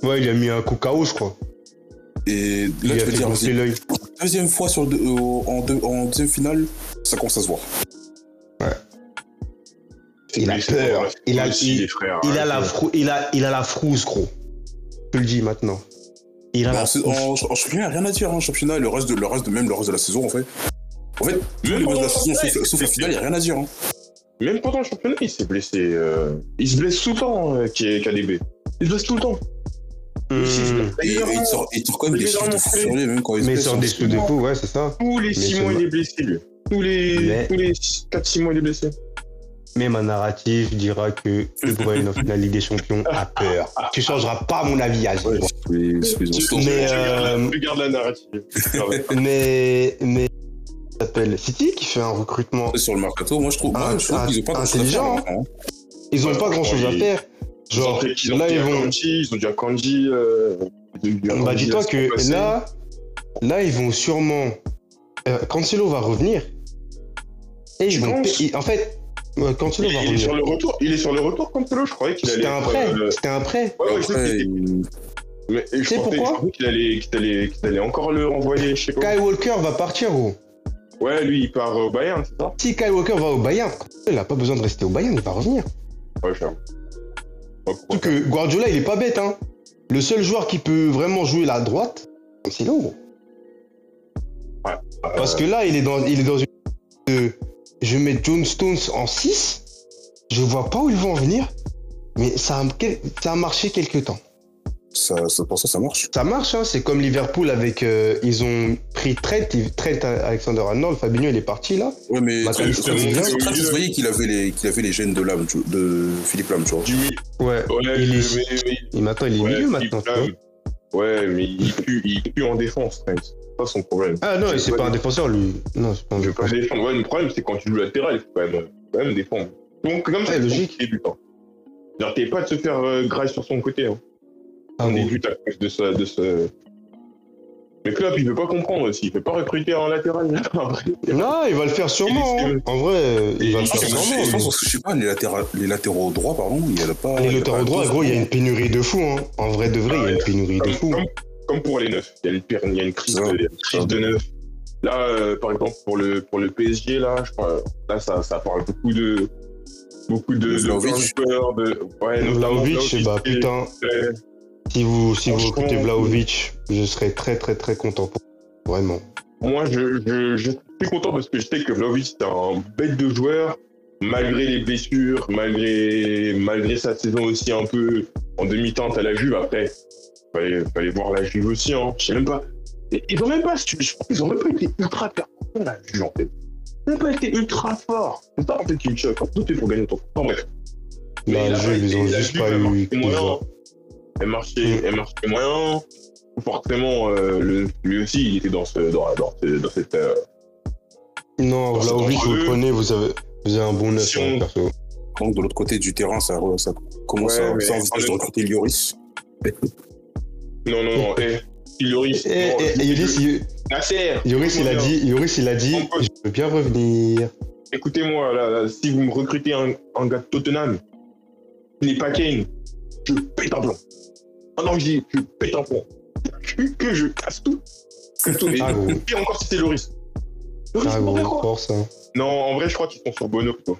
Ouais, il a mis un coup KO, je crois. Et Il là, a fait tu peux dire, gonfler vas-y, l'œil. deuxième fois sur deux- euh, en, deux- en deuxième finale, ça commence à se voir. Il a Mais c'est peur. pas vrai. Il a- aussi, il- les frères, Il hein, a la c'est- frou- il a, il a la frousse, gros. Je te le dis maintenant. Il a Bah, la en, sais- frousse. en, en championnat, rien à dire, hein, championnat, le reste, de, le reste de même, le reste de la saison, en fait. En fait, même le reste de la saison, sauf, sauf la finale, il n'y a rien à dire. hein. Même pendant le championnat, il s'est blessé. euh, Il se blesse tout le temps, euh, K- KDB. Il se blesse tout le temps. Hmm. Et, et il, sort, il sort quand même des chiffres de fou furieux, même quand il se Mais il blesse, sort hein. des sous de fou, ouais, c'est ça. Tous les c'est 6 mois, vrai. il est blessé, lui. Tous les, Mais- tous les 4-6 mois, il est blessé. Même un narratif dira que De Bruyne en finale Ligue des Champions a peur. Tu changeras pas mon avis, Aziz. Ouais, c'est- c'est- c'est- c'est- Mais, regarde, la- euh, regarde la narrative. Mais, mais, ça s'appelle City qui fait un recrutement. sur le mercato, moi je trouve, moi, Ah, je trouve ah, qu'ils ont pas grand chose à faire. intelligent, maintenant, hein. Ils ont Ouais, pas grand chose à ils- faire. Genre, Ils ont- ils ont là, dit ils à vont. Kanji, ils ont dit à Kanji. euh, ils ont dit à Bah, Kanji la dis-toi semaine que passée. là, là, ils vont sûrement. euh, Cancelo va revenir. Et Tu ils vont. penses ils- En fait, euh, Cancelo il, va il est sur revenir. le retour. Il est sur le retour, Cancelo. Je croyais qu'il allait. C'était un être, prêt. euh, C'était un prêt. Ouais, ouais, je sais Après, qu'il- il- mais je sais pensais- je pourquoi pensais qu'il allait, qu'il allait, qu'il allait encore le renvoyer chez quoi Kyle Walker va partir, gros. Ouais, lui, il part au Bayern, c'est ça Si Kyle Walker va au Bayern, il a pas besoin de rester au Bayern, il va revenir. Ouais, je sais. Ouais, pourquoi Surtout que Guardiola, il est pas bête, hein. Le seul joueur qui peut vraiment jouer la droite, c'est Cancelo, gros. pas, Parce euh, que là, il est dans, il est dans une. de- je mets John Stones en 6. Je vois pas où ils vont en venir. Mais ça a, quel- ça a marché quelque temps. ça, ça, pour ça, ça marche. Ça marche, hein, c'est comme Liverpool avec. euh, ils ont pris Trent, ils- Trent Alexander Arnold, Fabinho, il est parti là. Ouais, mais Bah, Trent- t'as- Trent- t'as- Trent- Trent, vous voyez qu'il avait les, qu'il avait les gènes de l'âme, tu- de Philippe Lam, tu vois. du- Ouais. Ouais, Il mais- est- mais- mais- Et maintenant, il est ouais, milieu il- maintenant. tu là, vois. Ouais, mais il pue, il pue en défense, Trent. C'est pas son problème. Ah non, je c'est veux pas pas un défenseur lui. Non, c'est pas un Je veux pas défenseur. le défendre. Ouais, le problème, c'est quand tu joues latéral, il faut quand même, quand même défendre. Donc, comme ça, Ouais, c'est logique. compliqué, putain. C'est-à-dire, t'es pas de se faire euh, grâce sur son côté. Hein. Ah, On bon. débute à cause de ça. De ce... Mais Klopp, il veut pas comprendre aussi. Il peut pas recruter en latéral. Non, il va le faire sûrement. Il est- hein. En vrai, euh, il va le Je faire pense sûrement. je mais- pense que, je sais pas, les, latéra- les latéraux droits, pardon, il y en a pas. Les il y en a loteurs pas au droit, tous. gros, il y a une pénurie de fous. Hein. En vrai de vrai, il y a une pénurie de comme, fous. comme- comme pour les neufs. Il y a, le pire- il y a une crise, Ouais. de, il y a une crise de neuf. Là, euh, par exemple, pour le, pour le PSG, là, je crois, là ça, ça parle beaucoup de. Beaucoup de. de Vlahovic. joueurs, de. Ouais, notamment Vlaovic, bah et- putain, euh, si vous, si vous Franchement, euh, recrutez Vlaovic, je serais très très très content pour vous. Vraiment. Moi, je, je, je suis content parce que je sais que Vlaovic, c'est un bête de joueur, malgré les blessures, malgré, malgré sa saison aussi un peu en demi-teinte à la Juve. Après, fallait, fallait voir la Juve aussi, hein. Je sais même pas. Et- Ils ont même pas, je crois qu'ils ont même pas été ultra performants, la Juve, en fait. Ils ont même pas été ultra forts. C'est ça, en fait, qui me choque. Tout est pour gagner ton. Enfin, bref. Bah, la je, ils ont la juste Juve, pas eu. elle Mm. marche ils moyen. ont- Elle marchait, elle marchait moyen. Forcément, euh, le- lui aussi, il était dans, ce, dans, dans, ce- dans cette. euh, Non, Parce que Vlaovic, pour vous le eux- prenez, vous avez, vous avez un bon neuf, Si hein, on- perso. Donc, de l'autre côté du terrain, ça, ça commence Ouais, à mais- ça envisage de recruter Lloris. Non, non, non. Eh, Lloris. Eh, eh, eh, Yoris, il- Nasser, Yoris, il a écoutez-moi dit, Yoris, il a dit, On peut- je peux bien revenir. bien. Écoutez-moi, là, là, si vous me recrutez un, un gars de Tottenham, il n'est pas Kane, je pète un plomb. Ah non, je dis, je pète un plomb. Que, que je casse tout. Tout, mais- Ah, gros. Et encore si c'est Loris. Loris, Ah, pour gros, faire quoi force, hein. Non, en vrai, je crois qu'ils sont sur Bono plutôt.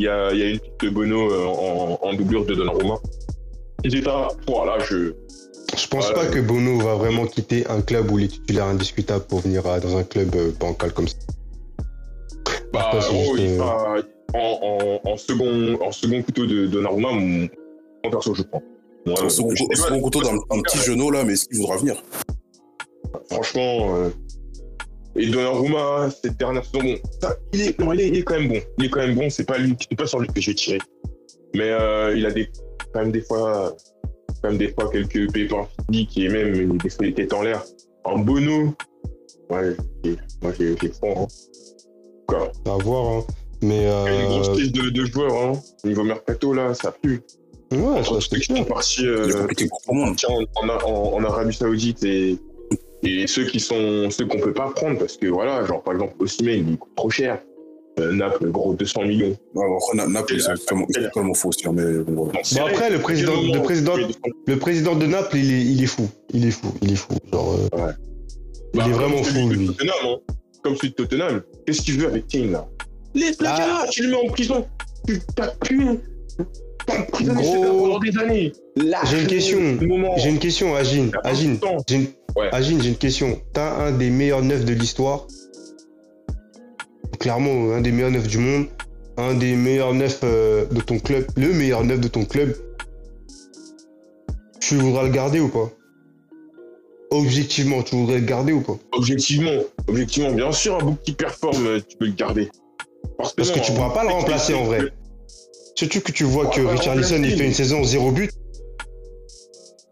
Il y a, il y a une petite Bono euh, en, en doublure de Donnarumma. Ils étaient à. Voilà, je. Je pense Voilà. pas que Bono va vraiment quitter un club où il est titulaire indiscutable pour venir à- dans un club euh, bancal comme ça. Bah, Après, c'est gros, juste, il euh, va- en, en- en second, en second couteau de Donnarumma, mon, mon perso, je prends. Moi, Son euh, second je sais pas, second couteau dans le- dans le petit genou, là, mais est-ce qu'il voudra venir franchement. euh, et Donnarumma, hein, cette dernière saison, bon, ça, il, est, non, il, est, il est quand même bon. Il est quand même bon, c'est pas, lui, c'est pas sur lui que j'ai tiré. Mais euh, il a des, quand même des fois quand même des fois quelques pépins physiques et même des fois les têtes en l'air. En Bono, ouais, j'ai- moi j'ai j'ai froid. hein. Quoi. À voir, hein. Mais Il y a Une grosse euh, crise de, de joueurs, hein. niveau mercato, là, ça pue. ouais, ça Entre c'est ceux qui clair. sont partis Il est euh, compliqué pour tout le monde. tiens, en, en- en- en Arabie Saoudite et, et ceux qui sont ceux qu'on peut pas prendre parce que voilà, genre par exemple Osimhen il coûte trop cher. Euh, Naples, gros, 200 millions. Alors, Na- Naples, ils sont totalement- ils sont totalement faux, sur mais bon, voilà. Non, c'est Bon, vrai. après, le président, Quel moment le, président, où tu- le président de Naples, il est, il est fou. Il est fou, il est fou. Genre, euh, Bah, il est comme vraiment celui fou, de lui. Tottenham, hein. Comme celui de Tottenham. Qu'est-ce qu'il veut avec Kane, là Laisse le Ah. gars là, tu le mets en prison. Tu t'as pu. T'as emprisonné Gros. cet homme pendant des années. Là, J'ai une question. Moment. J'ai une question, Agine. T'as pas Agine, le temps. j'ai une, Ouais. Agine, j'ai une question. T'as un des meilleurs neufs de l'histoire. Clairement, un des meilleurs neufs du monde. Un des meilleurs neufs euh, de ton club. Le meilleur neuf de ton club. Tu voudras le garder ou pas Objectivement, tu voudrais le garder ou pas Objectivement, objectivement, bien sûr, un bouc qui performe, euh, tu peux le garder. Parce que tu pourras pas le remplacer en vrai. Surtout que tu vois Ouais, bah, que ouais, Richarlison, il remplacer, fait une mais- saison zéro but.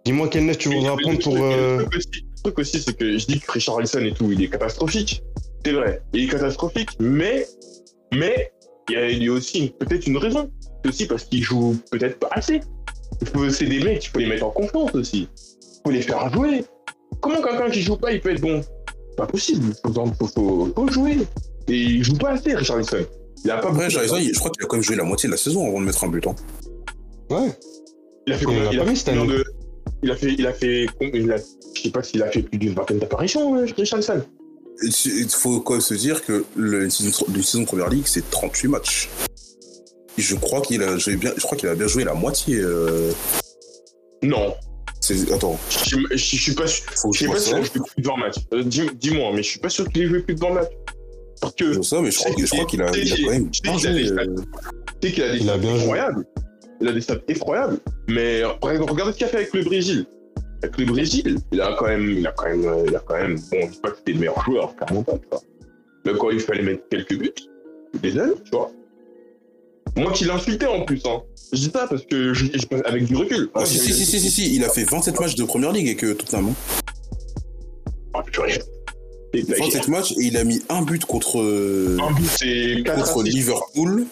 Dis-moi quel neuf tu Il y a voudras le prendre truc- pour... il y a euh, Le truc aussi- le truc aussi, c'est que je dis que Richard Allison et tout, il est catastrophique. C'est vrai, il est catastrophique, mais, mais il y a, il y a aussi une- peut-être une raison. C'est aussi parce qu'il joue peut-être pas assez. Il faut- C'est des mecs, il faut les mettre en confiance aussi. Il faut les faire jouer. Comment quelqu'un qui joue pas, il peut être bon Pas possible. Il faut, faut- faut- faut jouer. Et il joue pas assez, Richard Allison. Il a pas Après, beaucoup Jarison, d'attentes. il- je crois qu'il a quand même joué la moitié de la saison avant de mettre un but. hein. Ouais. Il a fait On combien l'a il a pas fait mis cette combien année. de- Il a fait, il a fait, il a- je sais pas s'il a fait plus d'une vingtaine d'apparitions, euh, Richarlison. Il il faut quand même se dire que le, une saison, une saison de première ligue, c'est 38 matchs. Et Je crois qu'il a, joué bien, je crois qu'il a bien joué la moitié. euh, Non, c'est- attends, je, je- je suis pas sûr. faut que je Je sais pas vois si ça. elle a joué plus de 20 matchs. Euh, dis- Dis-moi, mais je suis pas sûr qu'il ait joué plus de 20 matchs. Parce que Je tu vois ça, mais je crois, que- je crois qu'il a, il a quand même bien joué. euh, sais qu'il a des Il a stats bien joué. incroyables. Il a des stats effroyables. Mais euh, par exemple, regardez ce qu'il a fait avec le Brésil. Avec le Brésil, il a quand même, il a quand même, euh, il a quand même. Bon, je dis pas que c'était le meilleur joueur, carrément pas. tu vois. Mais quand il fallait mettre quelques buts, je suis désolé, tu vois. Moi qui l'insultais en plus, hein. Je dis ça parce que je, je pense avec du recul. Ah, Moi, si, j'avais- si, si, si, si, si, il a fait 27 matchs de première ligue avec euh, Tottenham. hein. Ah, purée. Et t'as- 27 matchs et il a mis un but contre, euh, Un but, c'est 4 contre assists. Liverpool.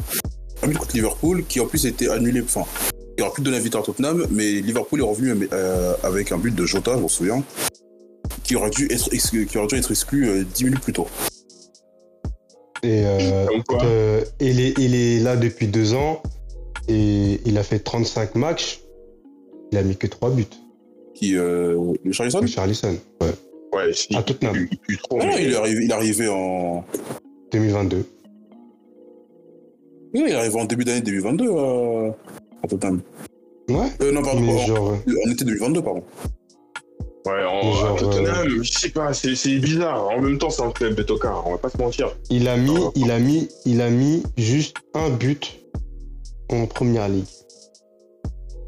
Un but contre Liverpool qui en plus a été annulé. Enfin, il aurait pu donner la victoire à Tottenham, mais Liverpool est revenu mais, euh, avec un but de Jota, je m'en souviens, qui aurait dû être exclu, qui aurait dû être exclu euh, 10 minutes plus tôt. Et, euh, Comme quoi. euh, il, est, il est là depuis deux ans et il a fait 35 matchs. Il a mis que 3 buts. Qui, euh, le Charlison Charlison, ouais. Ouais, si. à Tottenham, Il pue trop. Non, non, mais- Ah, il est arrivé, il est arrivé en. 2022. Oui, il est arrivé en début d'année 2022 euh, à Tottenham. Ouais, Euh, non, pardon, mais en, genre, euh, en été 2022, pardon. Ouais, en, Genre, euh, à Tottenham, je sais pas, c'est c'est bizarre. En même temps, c'est un club de tocards, on va pas se mentir. il a mis, Non. il a mis, il a mis juste un but en première ligue.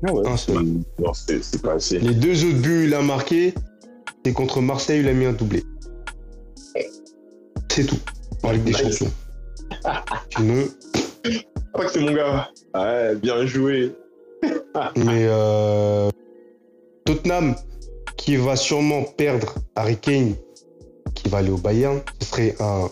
Ah ouais. Un seul. Non, c'est c'est pas assez. Les deux autres buts, il a marqué. C'est contre Marseille, il a mis un doublé. C'est tout. En Ligue des Nice. Champions. Sinon, Je crois que c'est mon gars. Ouais, bien joué. Mais euh, Tottenham, qui va sûrement perdre Harry Kane, qui va aller au Bayern, ce serait un,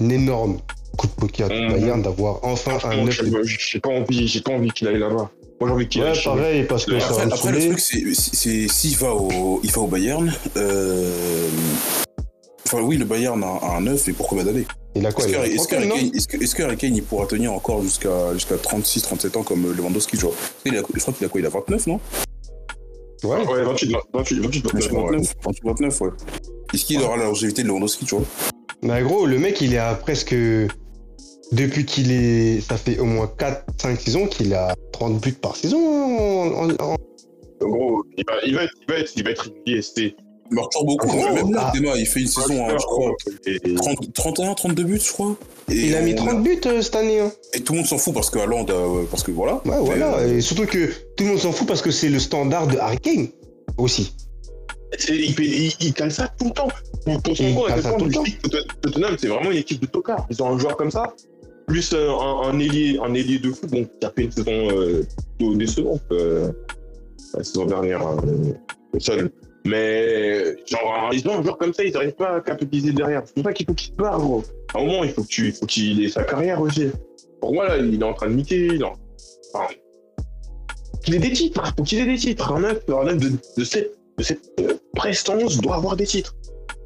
un énorme coup de poker du Mhm. Bayern d'avoir enfin un Franchement, Ah, neuf. j'ai- J'ai pas envie, j'ai pas envie qu'il aille là-bas. Moi, j'ai envie qu'il Ouais, aille chez nous. pareil, parce que Ouais, ça Après, va me après, le saouler. truc, c'est c'est- c'est- s'il va au, il va au Bayern. euh, Enfin, oui, le Bayern a, a un 9 et pour combien d'années Il a quoi Est-ce Il que a Harry- est-ce que 30, Harry non Kane- est-ce que- est-ce que Harry Kane il pourra tenir encore jusqu'à jusqu'à 36, 37 ans comme Lewandowski je vois Il a- Je crois qu'il a quoi Il a 29, non Ouais. Ouais, 28, 28, 28, Je crois 29. 29, 28, 29, ouais. Est-ce qu'il aura la longévité de Lewandowski, tu vois Mais gros, le mec, il est à presque. Depuis qu'il est. Ça fait au moins 4-5 saisons qu'il a 30 buts par saison. en- en- en- En gros, il va, il va être, il va être, il va être régulier, c'est. Il marque toujours beaucoup. Oh, même ah. Benzema, il fait une saison, hein, je crois, euh, Et- 30 31, 32 buts, je crois. Et Il a mis on- 30 buts euh, cette année. hein. Et tout le monde s'en fout parce que Haaland, euh, parce que voilà. Ouais, Mais, voilà. euh, Et surtout que tout le monde s'en fout parce que c'est le standard de Harry Kane aussi. C'est- Il, fait- il, il cale ça tout le temps. Pour, pour Il son compte, cale ça tout le temps. Tottenham, c'est vraiment une équipe de tocards. Ils ont un joueur comme ça, plus euh, un, un ailier, un ailier de fou, bon, qui a fait une saison euh, plutôt décevante euh, la saison dernière, hein, euh, le seul. Mais genre, ils ont un joueur comme ça, ils n'arrivent pas à capitaliser derrière. C'est pour ça qu'il faut qu'il se barre, gros. À un moment, il faut que tu- il faut qu'il ait sa carrière aussi. Pour moi, là, il est en train de niquer. Il est en- enfin, qu'il ait des titres, faut qu'il ait des titres. Un neuf, un neuf de, de cette, de cette euh, prestance doit avoir des titres.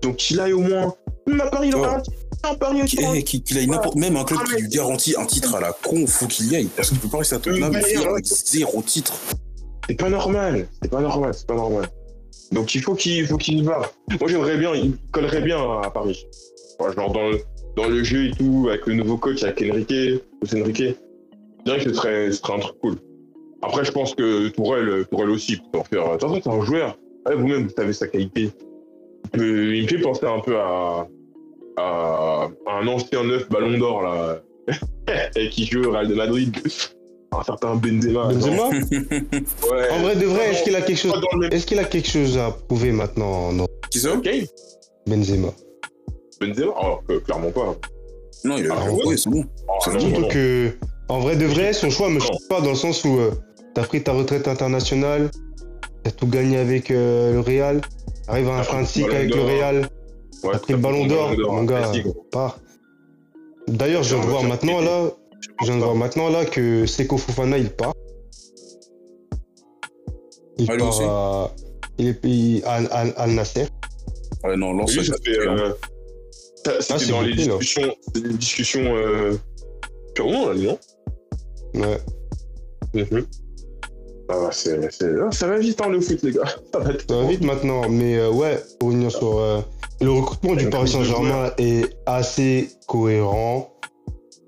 Donc qu'il aille au moins. Même à Paris, il aura Ouais. un titre. en Paris Qui- eh, qui- qu'il aille n'importe- même un club qui lui garantit un titre à la con, faut qu'il y aille. Parce que tu peux pas rester à ton Oui, âme et mais finir alors- avec zéro titre. C'est pas normal, c'est pas normal, c'est pas normal. Donc il faut qu'il faut qu'il y va. Moi j'aimerais bien, il collerait bien à Paris. Enfin, genre dans le, dans le jeu et tout, avec le nouveau coach, avec Enrique, José Enrique. Je dirais que ce serait, ce serait un truc cool. Après je pense que Tourelle, Tourelle aussi peut en faire. De toute façon, c'est un joueur. Ouais, Vous-même vous savez sa qualité. Il, peut- il me fait penser un peu à, à, à un ancien neuf Ballon d'Or là, et qui joue au Real de Madrid. Un certain Benzema. Benzema Ouais. En vrai de vrai, est-ce qu'il a quelque Ah, Pas chose dans le même Est-ce qu'il a quelque chose à prouver maintenant en Qui ça game, Benzema Benzema Alors que clairement pas. Non, il a Ah, ouais, ouais. c'est bon. Ah, C'est non, surtout non, non. Surtout que, en vrai de vrai, son choix me choque pas dans le sens où euh, t'as pris ta retraite internationale, t'as tout gagné avec euh, le Real, arrive à un T'as pris le frein de cycle Ballon avec le d'Or. Real, Ouais, t'as pris le ballon d'or, mon gars, Merci, gros. part. D'ailleurs, je viens de Ouais, voir ouais, maintenant ouais. là, je viens de voir maintenant là que Seko Fofana il part. Il Ah, lui part aussi à, il est il- à, à, à Al-Nasser. Ouais, Ah non, Et lance lui, ça fait, euh, ça- C'était Ah, c'est dans les bloqué, là. discussions. c'était des discussions. Euh... purement, là, non Ouais. Mhm. Ah, bah, c'est- c'est- ah, Ça va vite, hein, le foot, les gars. Ça va Ça va trop vite maintenant, mais euh, ouais, pour revenir sur euh, le recrutement du Le Paris coup de Saint-Germain est assez cohérent.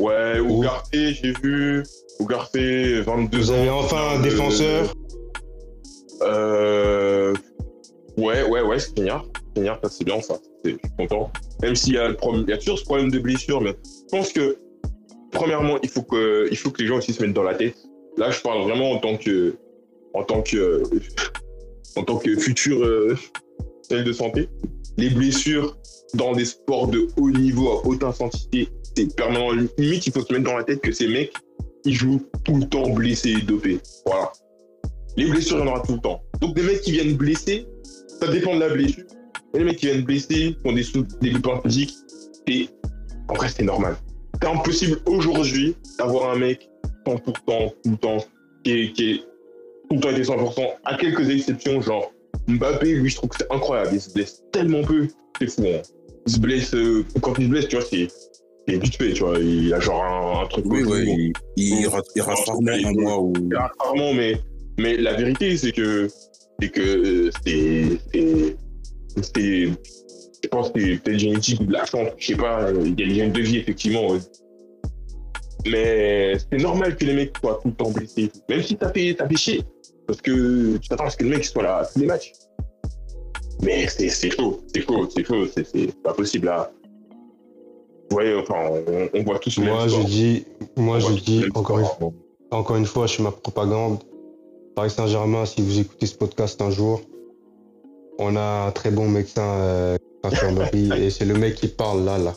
Ouais, Ouh. Ougarté, j'ai vu. Ougarté, 22 Vous ans. avez enfin un Euh, défenseur. Euh... Ouais, ouais, ouais, Skriniar. Skriniar, ça c'est bien ça. C'est- Je suis content. Même s'il y a, le problème, il y a toujours ce problème de blessure, mais je pense que, premièrement, il faut que, il faut que les gens aussi se mettent dans la tête. Là, je parle vraiment en tant que, en tant que, en tant que futur euh, professionnel de santé. Les blessures dans des sports de haut niveau, à haute intensité, c'est permanent. Limite, il faut se mettre dans la tête que ces mecs, ils jouent tout le temps blessés et dopés. Voilà. Les blessures, il y en aura tout le temps. Donc des mecs qui viennent blessés, ça dépend de la blessure. Et les mecs qui viennent blessés, qui ont des, sou- des pépins physiques, et en vrai, c'est normal. C'est impossible aujourd'hui d'avoir un mec 100% tout le temps, qui est, qui est tout le temps été 100%, à quelques exceptions, genre Mbappé, lui, je trouve que c'est incroyable. Il se blesse tellement peu, c'est fou. hein. Il se blesse, euh, quand il se blesse, tu vois, c'est c'est vite fait, tu vois. Il a genre un, un truc Oui, au ouais, genou, il, il rate, il rate rarement un mois où. il y a rarement, mais, mais la vérité, c'est que c'est que euh, c'est- c'est. c'est- Je pense que c'est peut-être génétique ou de la chance, je sais pas, euh, il y a des gènes de vie, effectivement. ouais. Mais c'est normal que les mecs soient tout le temps blessés, même si t'as fait, t'as fait chier, parce que tu t'attends à ce que le mec soit là à tous les matchs. Mais c'est c'est chaud, c'est chaud, c'est chaud, c'est- c'est pas possible à. Ouais, enfin, on, on voit tous le Moi, même je sport. dis, moi, On je voit tous le dis même encore une, sport. encore une fois, je fais ma propagande. Paris Saint-Germain, si vous écoutez ce podcast un jour, on a un très bon médecin euh, d'infirmerie et c'est le mec qui parle là, là.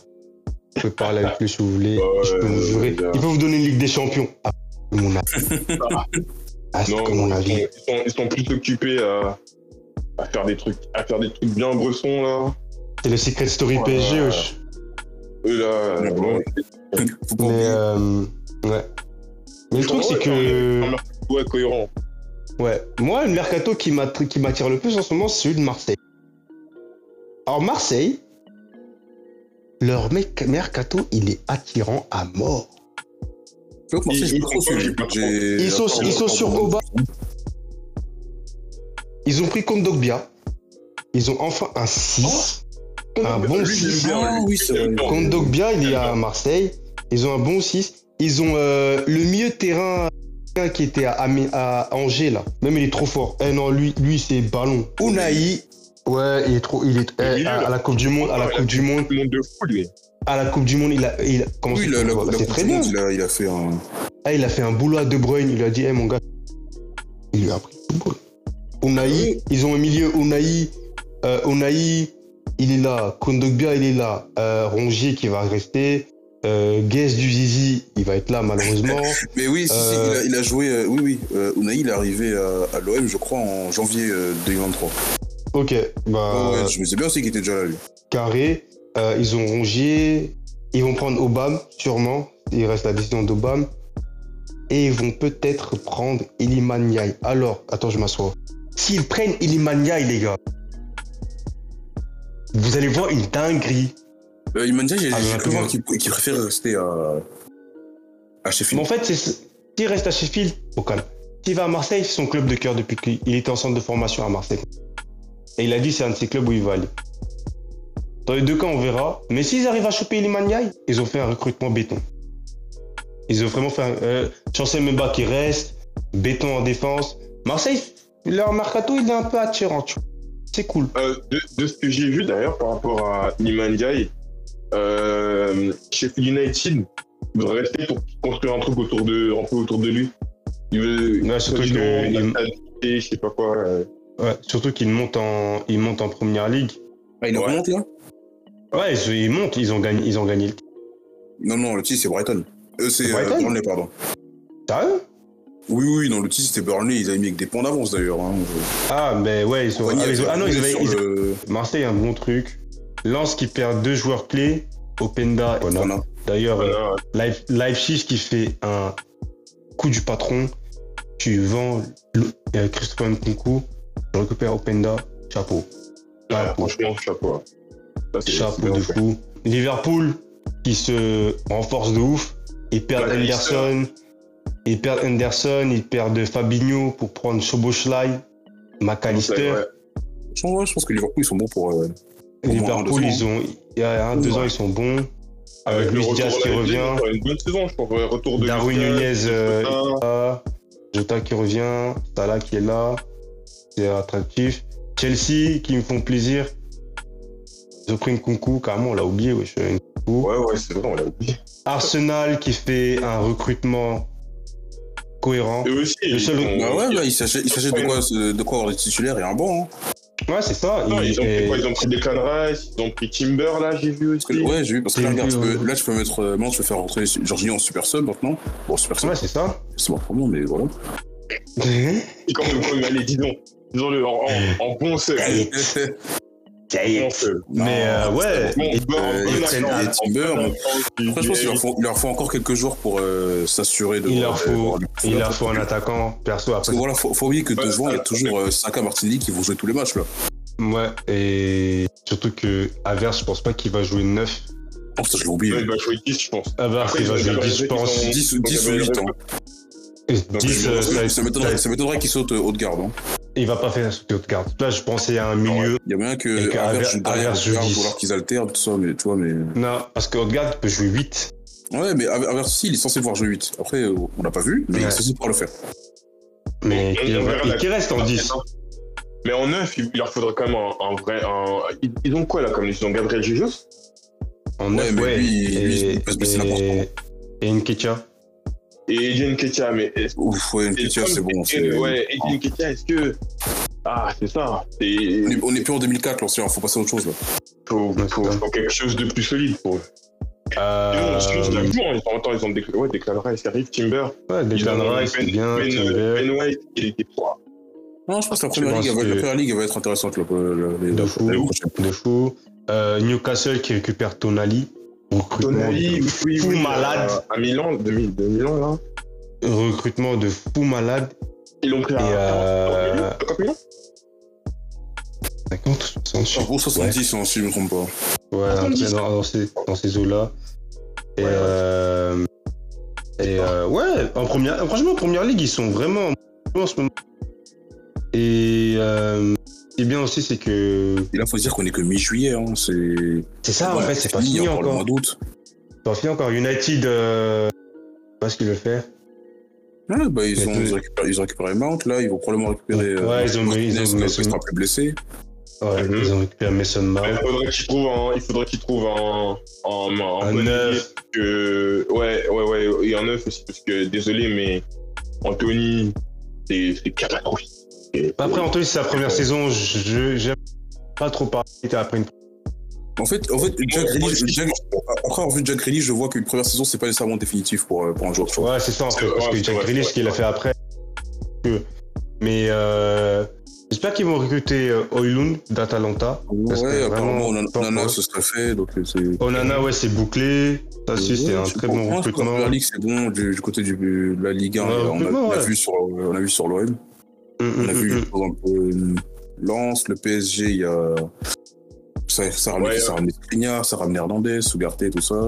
Vous pouvez parler avec lui si vous voulez. Ouais, je peux vous jurer. bien. Il peut vous donner une Ligue des Champions. Ah, c'est mon avis. Ah, c'est Non, comme mon ils, avis. sont, ils sont- ils sont plus occupés à, à faire des trucs, à faire des trucs bien bressons là. C'est le Secret Story Ouais. PSG, wesh. Eux là, euh, Ouais. bon, Faut pas Mais, oublier. euh, ouais. Mais le truc, c'est que. un mercato ouais, cohérent. Ouais. Moi, le mercato qui m'attire qui m'attire le plus en ce moment, c'est celui de Marseille. Alors, Marseille, leur mec- mercato, il est attirant à mort. Tu vois que Marseille, ils- j'ai ils pas sont trop suivi. pas- J'ai- Ils sont, j'ai- ils sont j'ai- sur Oba. Ils ont pris Kondogbia. Ils ont enfin un 6. un bon Oh. Lui, j'aime 6. bien, Ah lui. oui, c'est vrai. J'aime bien. Kondogbia, il est à Marseille. Ils ont un bon 6. Ils ont euh, le milieu de terrain qui était à, Ami- à Angers, là. Même, il est trop fort. Eh non, lui, lui c'est ballon. Unai. Ouais, il est trop. Il est, Le eh, milieu, à, là. à la Coupe du Monde, à la Ouais, Coupe du Monde, Tout le monde de fou lui. à la Coupe du Monde, il a, il a commencé. Oui, la- la- la c'est Coupe très du bien. Monde, Il a, il a fait un. Ah, il a fait un boulot à De Bruyne. Il lui a dit, hé mon gars, il lui a appris le football. Unai, ils ont un milieu. Unai, euh, Unai, il est là. Kondogbia, il est là. Euh, Rongier qui va rester. Euh, Guess du Zizi, il va être là malheureusement. Mais oui, si, si, Euh, il, a, il a joué. euh, oui, oui. euh, Unai, il est arrivé à, à l'OM, je crois, en janvier euh, 2023. ok, bah Ouais, ouais, je me sais bien aussi qu'il était déjà là, lui. carré. Euh, ils ont Rongier. Ils vont prendre Obama, sûrement. Il reste la décision d'Obama. Et ils vont peut-être prendre Iliman Niaï. Alors, attends, je m'assois. S'ils prennent Iliman Niaï, les gars, vous allez voir une dinguerie. Euh, Imanja, j'ai Ah, j'ai bah, cru voir bah. qu'il qu'il préfère rester à, à Mais Sheffield. en fait, c'est s'il reste à Sheffield, au calme. S'il va à Marseille, c'est son club de cœur depuis qu'il était en centre de formation à Marseille. Et il a dit c'est un de ses clubs où il va aller. Dans les deux cas, on verra. Mais s'ils arrivent à choper Ilimandiaï, ils ont fait un recrutement béton. Ils ont vraiment fait un. Euh, Chancel Memba qui reste, béton en défense. Marseille, leur mercato, il est un peu attirant, tu vois. C'est cool. Euh, de, de ce que j'ai vu d'ailleurs par rapport à Nimandiaï, euh, Sheffield United devrait rester pour construire un truc autour de, un peu autour de lui. Il veut Ouais, surtout il veut que- une stabilité, je sais pas quoi. euh. Ouais, surtout qu'ils montent en, ils montent en première ligue. Ah, il Ouais. remonte là Ouais, ils, ils montent, ils ont gagné, ils ont gagné le. Non, non, le titre c'est Brighton. Euh, c'est C'est euh, Brighton Burnley, pardon. Sérieux Oui, oui, non, le titre c'était Burnley, ils avaient mis avec des points d'avance d'ailleurs. hein. Ah, mais ouais, ils sont. Compagnie Ah, avait ils ont- ah non, ils terminé avaient. sur ils- le- Marseille, un bon truc. Lens qui perd deux joueurs clés. Openda. et Onana. Voilà. D'ailleurs, euh, Voilà. Leip- Leipzig qui fait un coup du patron. Tu vends le- euh, Christophe Nkunku. Tu récupères Openda. Chapeau. Ouais, Chapeau. franchement, chapeau. hein. Ça, c'est- Chapeau c'est de bien fait. fou. Liverpool qui se renforce de ouf. Ils perdent Ouais, Henderson. Ils perdent Henderson. Ils perdent Fabinho pour prendre Soboschlai. McAllister. Ouais. Je pense- ouais, je pense que Liverpool ils sont bons pour. euh, Au moins un, Liverpool, deux ans. ils ont, il y a un, deux Ouais. ans, ils sont bons. Avec le Luis retour Diaz de qui la revient. Ligue, on fera une bonne saison, je pense. ouais, Retour de Darwin Lucas, Nunez, euh, Jota. Ah, Jota qui revient, Salah qui est là, c'est attractif. Chelsea qui me font plaisir. Ils ont pris Nkunku, carrément, on l'a oublié. wesh. euh, Ouais, ouais, c'est vrai, on l'a oublié. Arsenal qui fait un recrutement cohérent. Eux aussi. Le seul- ils Bah ont- ouais, là, ils s'achètent ils s'achètent de quoi, euh, de quoi avoir des titulaires et un bon. Hein. Ouais, c'est ça. Non, il- Ah, ils ont et- pris quoi Ils ont pris Declan Rice, ils ont pris Timber, là, j'ai vu aussi. Parce que, ouais, j'ai vu, parce que là, J'ai regarde, vu, tu peux- ouais. là, tu peux mettre. euh, Maintenant, tu peux faire rentrer Jorginho en super sub maintenant. Bon, super sub, Ouais, c'est ça. c'est pas vraiment, mais voilà. Et quand même, quand même, allez, disons, disons-le, en, en- en bon seul. Ah, Allez. Bon seul. Mais euh, ouais, Bon, et- bon, euh, bon et- accent, et bon Timber, accent, mais- bon Après, je pense qu'il accent. leur faut, il leur faut encore quelques jours pour euh, s'assurer de. il leur de- faut, de- il leur faut un attaquant perso Parce après. que voilà, faut, faut oublier que Ouais, devant, il y a ouais. toujours euh, Saka Martini qui vont jouer tous les matchs là. Ouais, et surtout que Avers, je pense pas qu'il va jouer 9. Oh putain, je l'ai oublié. Ouais, il va jouer 10, je pense. Avers, Après, il va ils ont jouer 10, je ils ont- pense. ils ont- 10 ils ont- 10 ou 8 ans. Et Donc, 10, je euh, pense que ça- Ça m'étonnerait- ça- ça m'étonnerait qu'ils sautent euh, haut de garde. hein. il va pas faire sauter de garde. Là, je pensais à un milieu. Il y a moyen Et que que Havertz Havertz- joue derrière Havertz haut de garde, joue 10. ou alors qu'ils alternent, tout ça, mais tu vois, mais. Non, parce que Odegaard peut jouer 8. Ouais, mais Havertz aussi, il est censé pouvoir jouer 8. Après, euh, on l'a pas vu, mais il est Ouais. censé pouvoir le faire. Mais On- qui, on verra et la- hein. qui reste en 10. Mais en 9, il leur faudrait quand même un, un vrai. un- Ils, ils ont quoi là comme ils ont Gabriel Jesus En 9, mais ouais. lui, et, lui, il peut se blesser n'importe et, et Nketiah. et Edin Ketia. Mais est-ce Ouf, ouais, Nketiah, c'est bon. c'est- Ouais, Edin Ketia, est-ce que. Ah, c'est ça. C'est. On est- On est plus en 2004, l'ancien, faut passer à autre chose là. Faut, Ouais, faut, c'est ça. faut quelque chose de plus solide. Faut... Euh, Ils ont- ils ont- ils ont- attends, ils ont déclaré, ouais, Declan Rice qui arrive, Timber. Euh, ouais, ils ont- Declan Rice, c'est Ben- bien. Ben, Timber, ben White, il était 3. Non, je pense que la Tu première, penses ligue, elle va- que- la première ligue elle va être intéressante là, pour la- la- De la- fou. l'année prochaine. de fou. Euh, Newcastle qui récupère Tonali. Recrutement, Tonali, de, oui, oui, fou oui, malade. euh, À Milan, de, Mi- de Milan, là. recrutement de fou malade. Ils l'ont pris à Et, euh, 40 millions 50, 60, je sais Ah, Pour 70, hein, si je me trompe pas. Ouais, un peu 70. dans, dans ces, dans ces eaux-là. Et, Ouais, ouais. euh, et euh, ouais, en première, franchement, en première ligue, ils sont vraiment en ce moment. Et euh, ce qui est bien aussi, c'est que. Et là, faut se dire qu'on est que mi-juillet. Hein, c'est. C'est ça, en Ouais, fait, c'est pas fini il y a le mois encore. d'août. C'est pas fini encore. United, euh, je sais pas ce qu'ils veulent faire. Ouais, bah, ils, Mais ont, tout- ils, ont récupéré, ils ont récupéré Mount, là, ils vont probablement récupérer. Ouais, ils ont- ils ont- Martinez, ils ont- parce qu'il sera plus blessé. Ouais, Mhm. Ils ont récupéré Mason Il Mount. faudrait qu'ils trouvent un, il faudrait qu'ils trouvent un, un, un Un bon neuf. ailier, parce que, ouais, ouais, ouais, et un neuf aussi, parce que, désolé, mais Anthony, c'est, c'est catastrophique. Et- Après, Anthony, c'est sa première Ouais. saison. je- Je j'aime pas trop parler après une. En fait, en fait Jack Grealish, Jack- après avoir vu Jack Grealish, je vois qu'une première saison, c'est pas nécessairement définitif pour, euh, pour un joueur. tu vois. Ouais, c'est ça en C'est- fait, parce ouais, que c'est Jack vrai, Grealish, c'est ce qu'il a vrai. fait après. que- Mais euh, j'espère qu'ils vont recruter euh, Oilun d'Atalanta. Parce Ouais, que apparemment, vraiment, Onana- Onana, ce serait fait. Donc, euh, c'est. Onana, ouais, c'est bouclé. Ça, Ah, si, c'est un très bon La recrutement. Première Ligue, c'est bon du, du côté du, de la Ligue 1. Ouais, on, a, recrutement, on a ouais. vu sur, euh, on a vu sur l'OM. Mm, On a mm, vu mm, par exemple, euh, Lens, le PSG, il y a Ça, ça ramenait, Ouais. ça ramenait Skriniar, ça ramenait Hernandez, Sougarté, tout ça.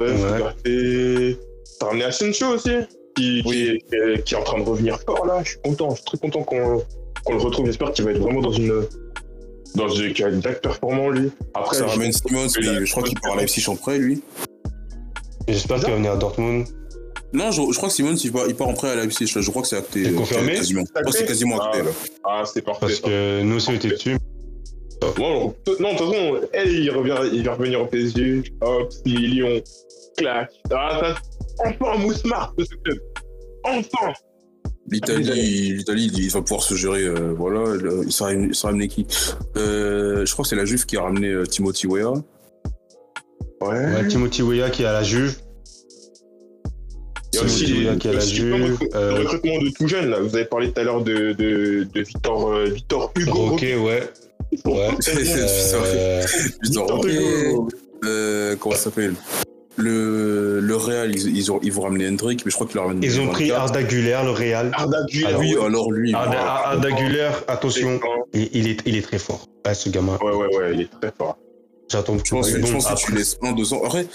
Ouais, Ouais. Fugarte. T'as ramené Asensio aussi, qui, qui Oui. est- qui est, qui est en train de revenir fort là. Je suis content, je suis très content qu'on qu'on le retrouve. J'espère qu'il va être vraiment dans une. dans une. qu'il va être d'acte performant lui. Après, ça je- ramène Simmons, Et là, mais je crois qu'il part à Leipzig en prêt, lui. J'espère qu'il va venir à Dortmund. Non, je, je crois que Simmons, il part, il part en prêt à Leipzig. Je crois que c'est acté. C'est euh, confirmé quasiment. Je crois que c'est quasiment acté, là. Ah, c'est parfait. Parce ça. que nous aussi, on était dessus. Bon, on- non, de toute façon, elle, il, revient, il va revenir au PSG. Hop, si Lyon. Clac. Ah, ça. Enfin, Mousmart de ce club. Enfin L'Italie, l'Italie, il va pouvoir se gérer. euh, voilà, le- il s'est ramené, il s'est ramené qui Euh, Je crois que c'est la Juve qui a ramené euh, Timothy Weah. Ouais, Timothy Weah qui est à la Juve. Il y a Simon aussi Gilles les- qui a la aussi Juve, le recru- euh, le recrutement de tout jeune. Là. Vous avez parlé tout à l'heure de, de, de Victor, euh, Victor Hugo. Ok, ouais. ouais. Euh, Victor Victor Roquet. Hugo. Euh, comment ça s'appelle le, le Real, ils, ils ont, ils vont ramener Hendrick, mais je crois qu'ils l'ont ramené. Ils ont pris 24. Arda Güler, le Real. Arda Güler. Ah oui, alors lui. Arda, voilà. Arda Güler, ah, c'est- attention, il, il est, il est très fort. Ouais, ce gamin, Ouais, ouais, ouais, il est très fort. j'attends que Je pense, tu ah, que- je pense que tu après- laisses un, deux ans. Après,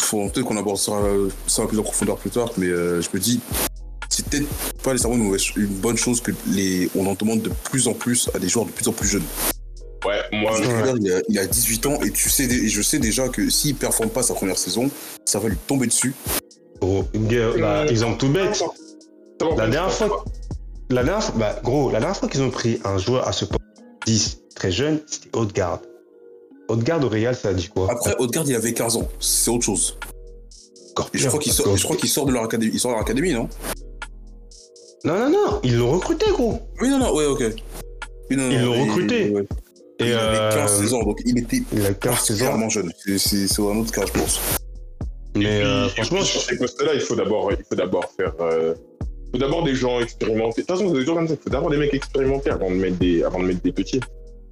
faut peut-être qu'on abordera ça plus en profondeur plus tard, mais euh, je me dis, c'est peut-être pas nécessairement une, mauvaise- une bonne chose que les, on en demande de plus en plus à des joueurs de plus en plus jeunes. Ouais, moi, Ouais. Regarde, Il, a, il a 18 ans et tu sais, dé- et je sais déjà que s'il performe pas sa première saison, ça va lui tomber dessus. Gros, gueule, Euh, bah, exemple tout bête. La dernière fois, la dernière fois- bah, gros, la dernière fois qu'ils ont pris un joueur à ce poste 10 très jeune, c'était Odegaard. Odegaard au Real, ça a dit quoi Après, Odegaard, il avait 15 ans. C'est autre chose. Encore Et je pire, crois qu'il parce sort, que- je crois qu'il sort de leur académie. Il sort de leur académie, non Non, non, non, ils l'ont recruté, gros. Oui, non, non, ouais, ok. Oui, non, Ils non, l'ont mais- recruté. ouais. Et il avait 15 euh, saisons, donc il était Il a 15 saisons. particulièrement jeune. C'est- C'est c'est un autre cas, je pense. Mais euh, franchement, franchement, sur ces postes-là, il faut d'abord il faut d'abord faire. euh, il faut d'abord des gens expérimentés. De toute façon, c'est toujours comme ça. Il faut d'abord des mecs expérimentés avant de mettre des, avant de mettre des petits.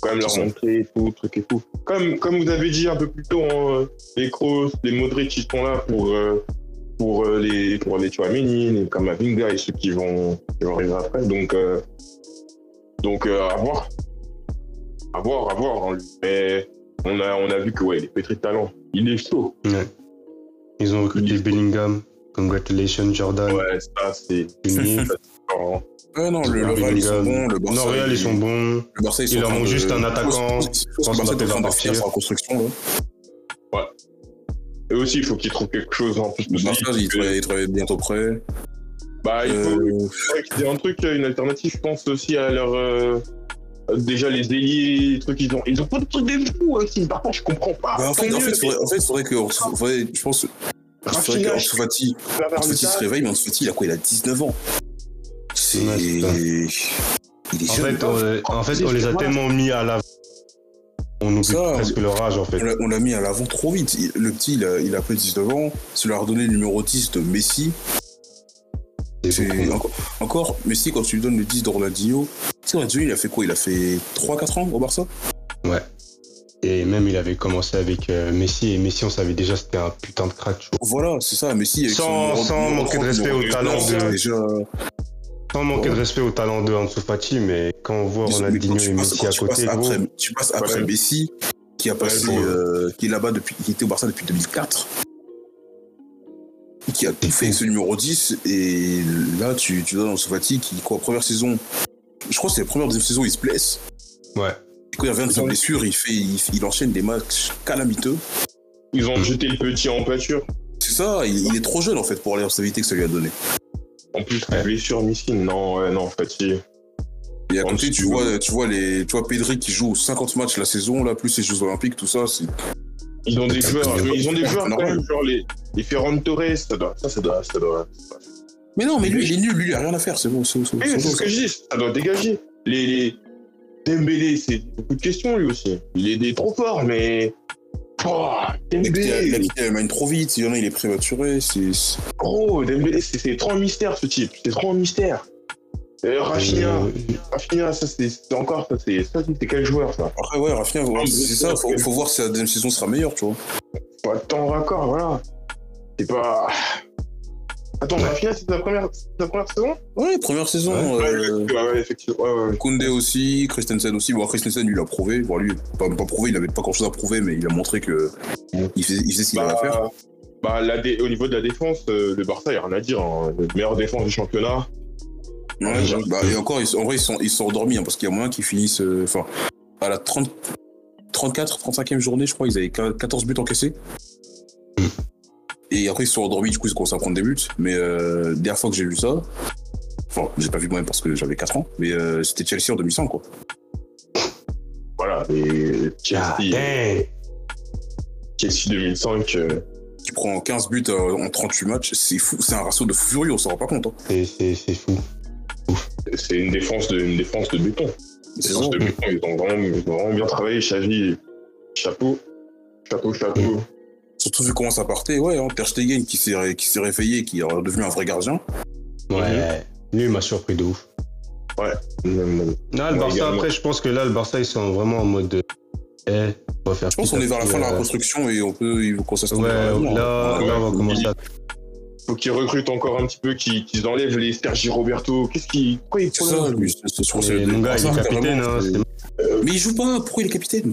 Quand même leur C'est ça. montrer et tout, truc et tout. Comme, comme vous avez dit un peu plus tôt, hein, les Kroos, les Modric, ils sont là pour, euh, pour, euh, les, pour les Chouamini, les Kamavinga et ceux qui vont, qui vont arriver après. Donc, euh, donc euh, à voir. À voir, à voir. hein. Mais on a, on a vu que, ouais, il est pétri de talent. Il est chaud. ils ont recruté Bellingham. Congratulations, Jordan. Ouais, ça, c'est Juni. différent. Ouais, non, Ah, le, le Real, ils sont bons. Le Barça, Non, Real, ils sont bons. Le Barça, ils sont Il en leur train manque de- juste un Je pense- attaquant. Je pense que le pense Barça Mbappé est en train va de partir partir. sur la construction. hein. là. Eux aussi, il faut qu'ils trouvent quelque chose en plus. Le Barça, Parce ils que- travaillent ils travaillent bientôt près. Ah, Bah, il faut Euh, qu'il y ait un truc, une alternative, je pense aussi à leur. euh, Déjà, les ailiers, les trucs, ils ont, ils ont pas de trucs des fous aussi. Par contre, je comprends Ah, pas. bah, en fait, Tant en fait, mieux, faudrait, en fait, faudrait que, faudrait- je pense, faudrait Rafinha, que je- Ansu Fati, mais faire Ansu le Fati se tas. réveille, mais Ansu Fati, il a quoi, il a 19 ans. C'est, Ouais, c'est ça. il est En jeune. fait, on, en fait, on les a tellement mis à l'avant. On oublie Ça, presque leur âge, en fait. On l'a- on l'a mis à l'avant trop vite. Il- Le petit, il a, il a plus de 19 ans. Ça leur a redonné le numéro 10 de Messi. C'est C'est beaucoup. hein. encore, encore, Messi, quand tu lui donnes le 10 de Ronaldinho, tu sais, Ronaldinho, il a fait quoi Il a fait 3-4 ans au Barça Et même, il avait commencé avec euh, Messi. Et Messi, on savait déjà c'était un putain de crack. tu vois. Voilà, c'est ça, Messi. avec Sans- numéro- sans numéro manquer de 30, respect numéro au talent 19, de- Déjà, Sans manquer Ouais. de respect au talent de Ansu Fati, mais quand on voit mais quand Ronaldinho tu et passes, Messi quand à tu côté, passes gros, après, tu passes après Ouais. Messi, qui a passé, bon. euh, qui est là-bas depuis, qui était au Barça depuis 2004, qui a tout fait avec ce numéro 10, et là, tu, tu donnes Ansu Fati, qui, quoi, première saison, je crois que c'est la première deuxième saison, il se blesse. ouais. Et quand il revient de sa blessure, il fait, il, il enchaîne des matchs calamiteux. Ils ont jeté le petit en pâture. C'est ça, il, il est trop jeune en fait pour la responsabilité que ça lui a donné. En plus, Ouais. les blessures, Missy. Non, ouais, non, Fatih. Et à En côté, dessous, tu oui. vois, tu vois les, tu vois Pedri qui joue 50 matchs la saison, là, plus les Jeux Olympiques, tout ça, c'est Ils ont des C'est joueurs. normal. Ils ont des joueurs, quand Normal. même, genre les, les Ferran Torres. Ça, doit, ça, ça doit. Ça doit Mais non, mais lui, il est nul, lui, il a rien à faire, c'est bon, c'est c'est- Oui, c'est c'est ce bon. que je dis, ça doit dégager. Les, les... Dembélé, c'est beaucoup de questions lui aussi. hein. Il est, il est trop fort, mais. Oh, La Guinée- la Dembélé, Guinée, elle mène trop vite, il y en a, il est prématuré, c'est. c'est- gros, Dembélé, c'est c'est trop un mystère ce type, c'est trop un mystère. Euh, Rafinha, Euh, Rafinha, ça c'est c'est encore, ça c'est ça, c'est quel joueur ça Après, ouais, Rafinha, voilà, c'est c'est ça, faut, faut voir si la deuxième saison sera meilleure, tu vois. Pas tant raccord, voilà. C'est pas. Attends, Ouais. la finale, c'est la première, c'est la première saison Ouais, première saison. Ouais. euh, Ouais, ouais, effectivement. Ouais, ouais. Koundé aussi, Christensen aussi. Bon, Christensen, lui, il a prouvé. Bon, lui, pas, pas prouvé, il avait pas grand chose à prouver, mais il a montré que il faisait, il faisait ce qu'il avait à faire. Bah, bah, la dé- au niveau de la défense, euh, le Barça, il n'y a rien à dire. Hein. La Meilleure défense du championnat. Ouais, Ouais, bah, et encore, ils, en vrai, ils sont, ils sont endormis, hein, parce qu'il y a moyen qu'ils finissent. euh, Enfin, à la 30, 34, 35e journée, je crois, ils avaient 14 buts encaissés. Et après, ils se sont endormis, du coup, ils ont commencé à prendre des buts. Mais euh, dernière fois que j'ai vu ça, enfin, j'ai pas vu moi-même parce que j'avais 4 ans, mais euh, c'était Chelsea en 2005, quoi. Voilà, et ah, Chelsea, Dang. Chelsea 2005. euh, Qui prend 15 buts euh, en 38 matchs, c'est fou, c'est un ratio de fou furieux, on s'en rend pas compte. hein. C'est- C'est c'est fou. c'est une défense de une défense de béton. Une C'est défense ça. de béton. Ils ont vraiment, ils ont vraiment bien travaillé. Xavi, chapeau, chapeau, chapeau. Surtout vu comment ça partait, ouais, hein, Ter Stegen qui s'est ré- qui s'est réveillé, qui est redevenu un vrai gardien. Ouais. Lui, il m'a surpris de ouf. Mm. Là, le Ouais, Barça, également. après, je pense que là, le Barça, ils sont vraiment en mode. de, Eh, on va faire Je pense qu'on est vers la fin de la reconstruction et on peut, ils vont commencer à se euh, Ouais, tourner vers l'avenir, là, euh, hein. là, Ouais. on va commencer à. Faut qu'ils recrutent encore un petit peu, qu'ils qu'ils enlèvent les Sergi Roberto. Qu'est-ce qui, pourquoi ils C'est ça, prennent- lui, c'est- c'est- je pense que Mais c'est Mon gars, il hasard, est capitaine, carrément, hein. c'est- c'est- Mais il joue pas, hein. pourquoi il est capitaine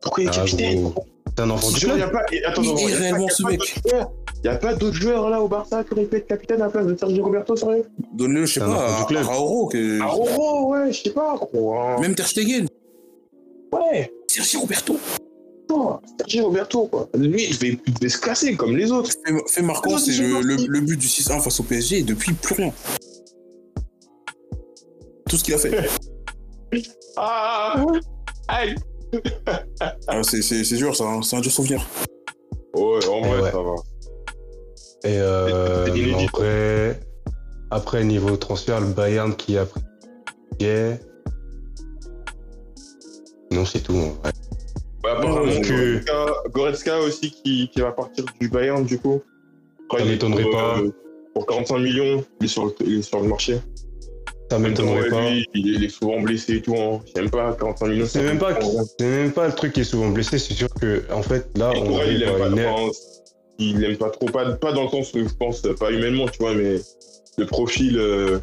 pourquoi il est Ah, capitaine gros. C'est un enfant du Il y club. a pas, et- attends, Il attends, est y a pas- réellement y a ce pas mec. d'autres joueurs Il n'y a pas d'autres joueurs là au Barça qui auraient pu être capitaine à la place de Sergi Roberto, sérieux Donne-le, je sais C'est un pas, enfant du à, club. à Raoro, que... Ah, oh, oh, ouais, je sais pas, gros. hein. même Ter Stegen, Ouais, Sergi Roberto, putain, Sergi Roberto, quoi. Lui, il devait, il devait se casser comme les autres. fait, fait marquant, Non, c'est c'est le, gentil. le- le but du 6-1 face au PSG et depuis plus rien. Tout ce qu'il a fait. Ah, ah, ah. aïe. Ah, c'est- c'est c'est dur, ça, hein, c'est un dur souvenir. Ouais, en vrai, Eh ouais. ça va. Et euh, C'est inédit. après, après, niveau transfert, le Bayern qui a pris. Yeah. Non, c'est tout. en vrai. Bah, apparemment, Ouais, euh, que- Goretzka, Goretzka aussi qui, qui va partir du Bayern, du coup. Ça il est m'étonnerait pour, pas. euh, pour 45 millions, il est sur le, il est sur le marché. Ça m'étonnerait Ouais, pas. lui, il est- il est souvent blessé et tout. Hein. Je sais même pas, 45 millions. C'est même pas, c'est même pas le truc qui est souvent blessé. C'est sûr que, en fait, là, Et Ah, on Tourelle, il arrive aime à pas, une ère- enfin, il aime pas trop, pas, pas dans le sens que je pense, pas humainement, tu vois, mais le profil, euh,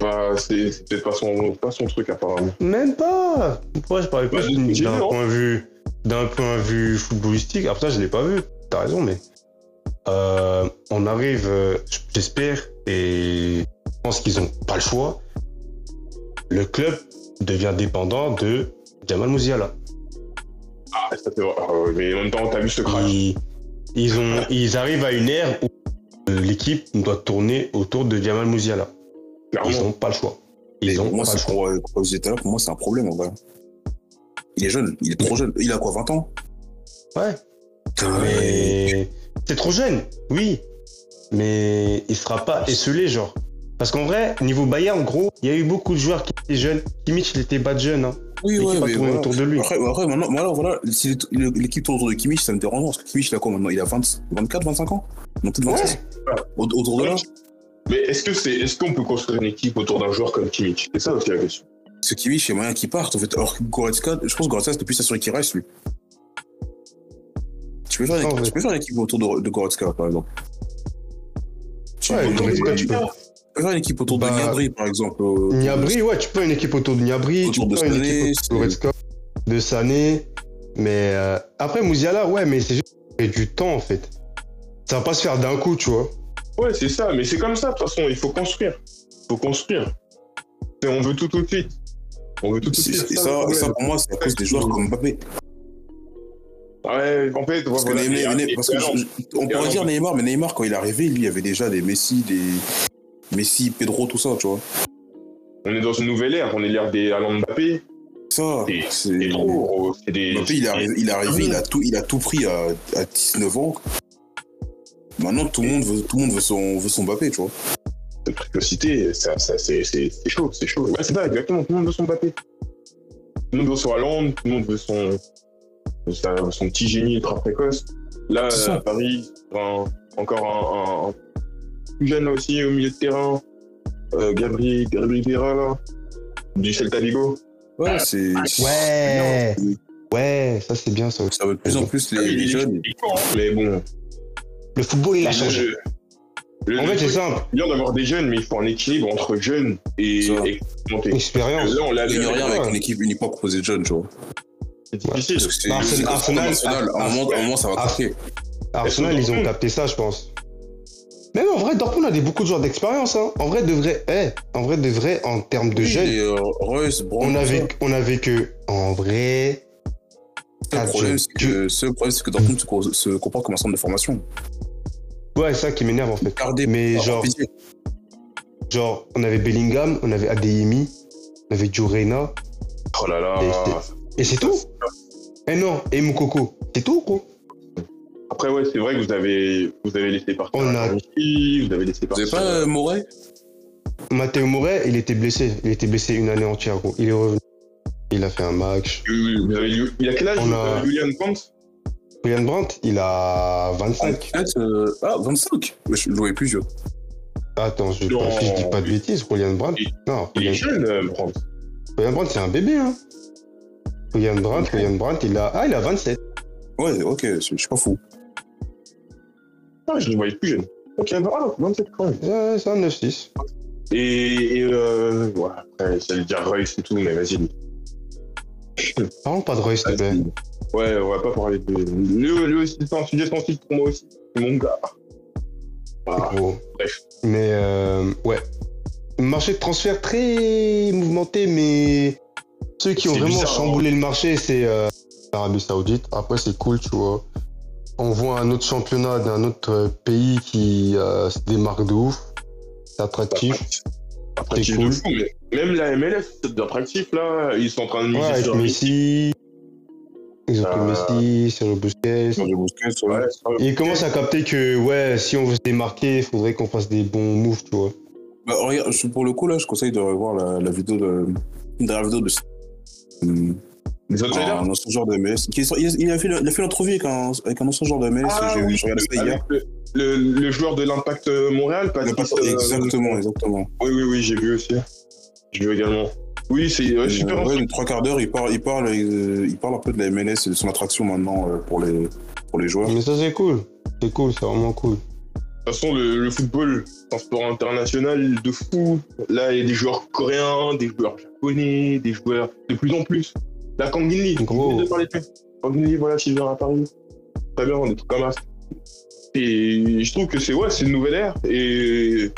pas- c'est c'est peut-être pas son, pas son truc apparemment. Même pas. Pourquoi je parlais plus Bah, j'ai- j'ai d'un vu, hein. point de vue, d'un point de vue footballistique. Après, ça, je l'ai pas vu. T'as raison, mais euh, on arrive. euh, J'espère et je pense qu'ils ont pas le choix. Le club devient dépendant de Jamal Mouziala. Ah, ça c'est vrai. Ah, ouais, mais en même temps, t'as vu ce crash. Ils, ils ont, ils arrivent à une ère où euh, l'équipe doit tourner autour de Jamal Mouziala. Ils Clairement, ont pas le choix. Et Ils ont pour moi, pas le c'est choix. pour, euh, pour vous étiez là, pour moi, c'est un problème, en vrai. Il est jeune, il est trop jeune. Il a quoi, 20 ans Ouais. Ah Mais- Mais c'est trop jeune, oui. Mais il sera pas esselé, genre. Parce qu'en vrai, niveau Bayern, gros, il y a eu beaucoup de joueurs qui étaient jeunes. Kimmich, il était pas de jeune, hein. Mais Oui, qui ouais, est pas mais tourné voilà. autour de lui. Après, après, maintenant, voilà, voilà, si l'é- l'équipe tourne autour de Kimmich, ça me dérange parce que Kimmich, il a quoi maintenant Il a 20 24, 25 ans Non, peut-être 26 Au- Autour de là Mais est-ce que c'est, est-ce qu'on peut construire une équipe autour d'un joueur comme Kimmich C'est ça aussi la question. Ce Kimmich, il y a moyen qu'il parte. En fait, alors que Goretzka, je pense que Goretzka, c'est plus assuré qu'il reste, lui. Tu peux faire, une Ah, équipe, ouais. tu peux faire une équipe autour de, de Goretzka, par exemple. Tu, Ouais, peux, Goretzka, tu peux- tu tu peux. peux faire une équipe autour Bah, de Gnabry, par exemple. euh, Niabri, ouais, tu peux une équipe autour de Niabri, tu Autour peux de une Sané, équipe autour de Goretzka, de Sané. Mais euh, après, Mouziala, ouais, mais c'est juste qu'il fait du temps, en fait. Ça va pas se faire d'un coup, tu vois. Ouais, c'est ça, mais c'est comme ça, de toute façon, il faut construire. Il faut construire. Et on veut tout tout de suite. On veut tout tout de c'est- suite. Et le ça, et problème. ça, pour moi, c'est à cause des joueurs comme Mbappé. Ouais, en fait, Parce que voilà, Neymar- et- Neymar- et- parce que alors, je- je- on pourrait alors- dire Neymar, mais Neymar, quand il est arrivé, lui, il y avait déjà des Messi, des Messi, Pedro, tout ça, tu vois. On est dans une nouvelle ère, on est l'ère des Alain Mbappé. Ça, Et- c'est. C'est trop gros, c'est des. Mbappé, il est arrivé, il, est arrivé, il a, tout, il a tout pris à, à 19 ans. Maintenant, tout le monde veut, tout le monde veut, son, veut son Mbappé, tu vois. de précocité, ça, ça, c'est, c'est, c'est chaud, c'est chaud. Ouais, c'est ça, exactement. Tout le monde veut son Mbappé. Tout le monde veut son Hollande, tout le monde veut son, sa- son petit génie ultra précoce. Là, C'est ça. à Paris, un- encore un, un- un plus jeune aussi au milieu de terrain. Euh, Gabriel, Gabriel Vera, là, du Celta Vigo. Ouais, c'est. Ouais. c'est bien. Ouais, ça, c'est bien, ça aussi. Ça Ah veut de plus en plus les, les jeunes. Mais hein. bon, Le football, il a je- changé. Le- En le fait, c'est truc, simple. c'est bien d'avoir des jeunes, mais il faut un équilibre entre jeunes et Ça. expérimentés. Expérience. Là, on l'a Il vu. n'y a rien ouais. avec une équipe uniquement composée de jeunes, tu vois. C'est difficile. Parce que c'est Bah, Arsenal- c'est comme Arsenal- Arsenal, à un moment, à un moment, ça va Ars- craquer. Arsenal, ils ont Dortmund capté ça, je pense. Mais en vrai, Dortmund a des beaucoup de joueurs d'expérience. hein. En vrai, de vrai, eh, en vrai, de vrai, en termes de Oui, jeunes, et, euh, Royce, Brown, on tout avait, ça. on avait que, en vrai, Ah, Le quatre problème, jeunes. c'est que, ce problème, c'est que Hmm. Dortmund se co- se comporte comme un centre de formation. Ouais, c'est ça qui m'énerve en fait. Gardez Mais par genre, pitié. genre, on avait Bellingham, on avait Adeyemi, on avait Jurena, Oh là Et là. et c'est tout. Et non, et Moukoko, c'est tout gros. Après, ouais, c'est vrai que vous avez, vous avez laissé partir. On a- Amici, Vous avez laissé Vous partir. avez pas euh, Moret Matteo Moret, il était blessé. Il était blessé une année entière gros. Il est revenu. Il a fait un match. Oui, oui, euh, vous avez eu- Il a quel âge, On a- euh, Julian Brandt Julian Brandt, il a 25. Ah, euh, ah, 25 Ouais, Je le jouais plus vieux. Attends, je, Non. si je dis pas de bêtises, Julian Brandt. Il- Non, Il est Julian, jeune, euh, Brandt. Julian Brandt, c'est un bébé, hein. Julian Brandt, Julian Brandt, il a. Ah, il a 27. Ouais, ok, je je suis pas fou. Ah, je le voyais plus jeune. Ok, bah, ah, 27 quand même. Ouais, Euh, C'est un 9-6. Et, et euh, ouais, après, j'allais dire Royce et tout, mais vas-y. Parlons pas de Roy, s'il te plaît. Ouais, on va pas parler de. Lui, lui aussi, c'est un sujet sensible pour moi aussi. C'est mon gars. Ah, Voilà. Gros. Bref. Mais euh, ouais. Marché de transfert très mouvementé, mais ceux qui ont C'est vraiment bizarre, hein. chamboulé le marché, c'est euh, l'Arabie Saoudite. Après, c'est cool, tu vois. On voit un autre championnat d'un autre euh, pays qui euh, se démarque de ouf. C'est attractif. Après, C'est c'est cool. cool. mais même la MLS, c'est bien pratique là. Ils sont en train de Ouais, miser avec sur Messi. Ils ont pris Euh, Messi, Sergio Busquets. Sur des Busquets, ouais. Ouais, c'est pas- Et ils commencent à capter que, ouais, si on veut se démarquer, il faudrait qu'on fasse des bons moves, tu vois. Bah, regarde, je- pour le coup, là, je conseille de revoir la, la vidéo de. une dernière vidéo de. Hum, Les autres Un, trailers un ancien joueur de MLS. qui est- il, a- il a fait, la- il a fait l'entrevue avec un, avec un ancien joueur de MLS. Ah j'ai- oui, je regardais ça avec hier. le, le, le joueur de l'Impact euh, Il Montréal, a Patrice. pas- euh, exactement, exactement. Oui, oui, oui, j'ai vu aussi. J'ai vu également. Oui, c'est ouais, Euh, super. ouais, les trois quarts d'heure, il parle, il, parle, euh, il parle un peu de la MLS et de son attraction maintenant euh, pour, les, pour les joueurs. Mais ça, c'est cool. C'est cool, c'est vraiment cool. De toute façon, le, le football, c'est un sport international de fou. Là, il y a des joueurs coréens, des joueurs japonais, des joueurs de plus en plus. La Kangin Lee, Gros. vous venez de parler de lui. Kangin Lee, voilà, s'il vient à Paris. Très bien, des trucs comme ça. Et je trouve que c'est ouais, c'est une nouvelle ère. Et,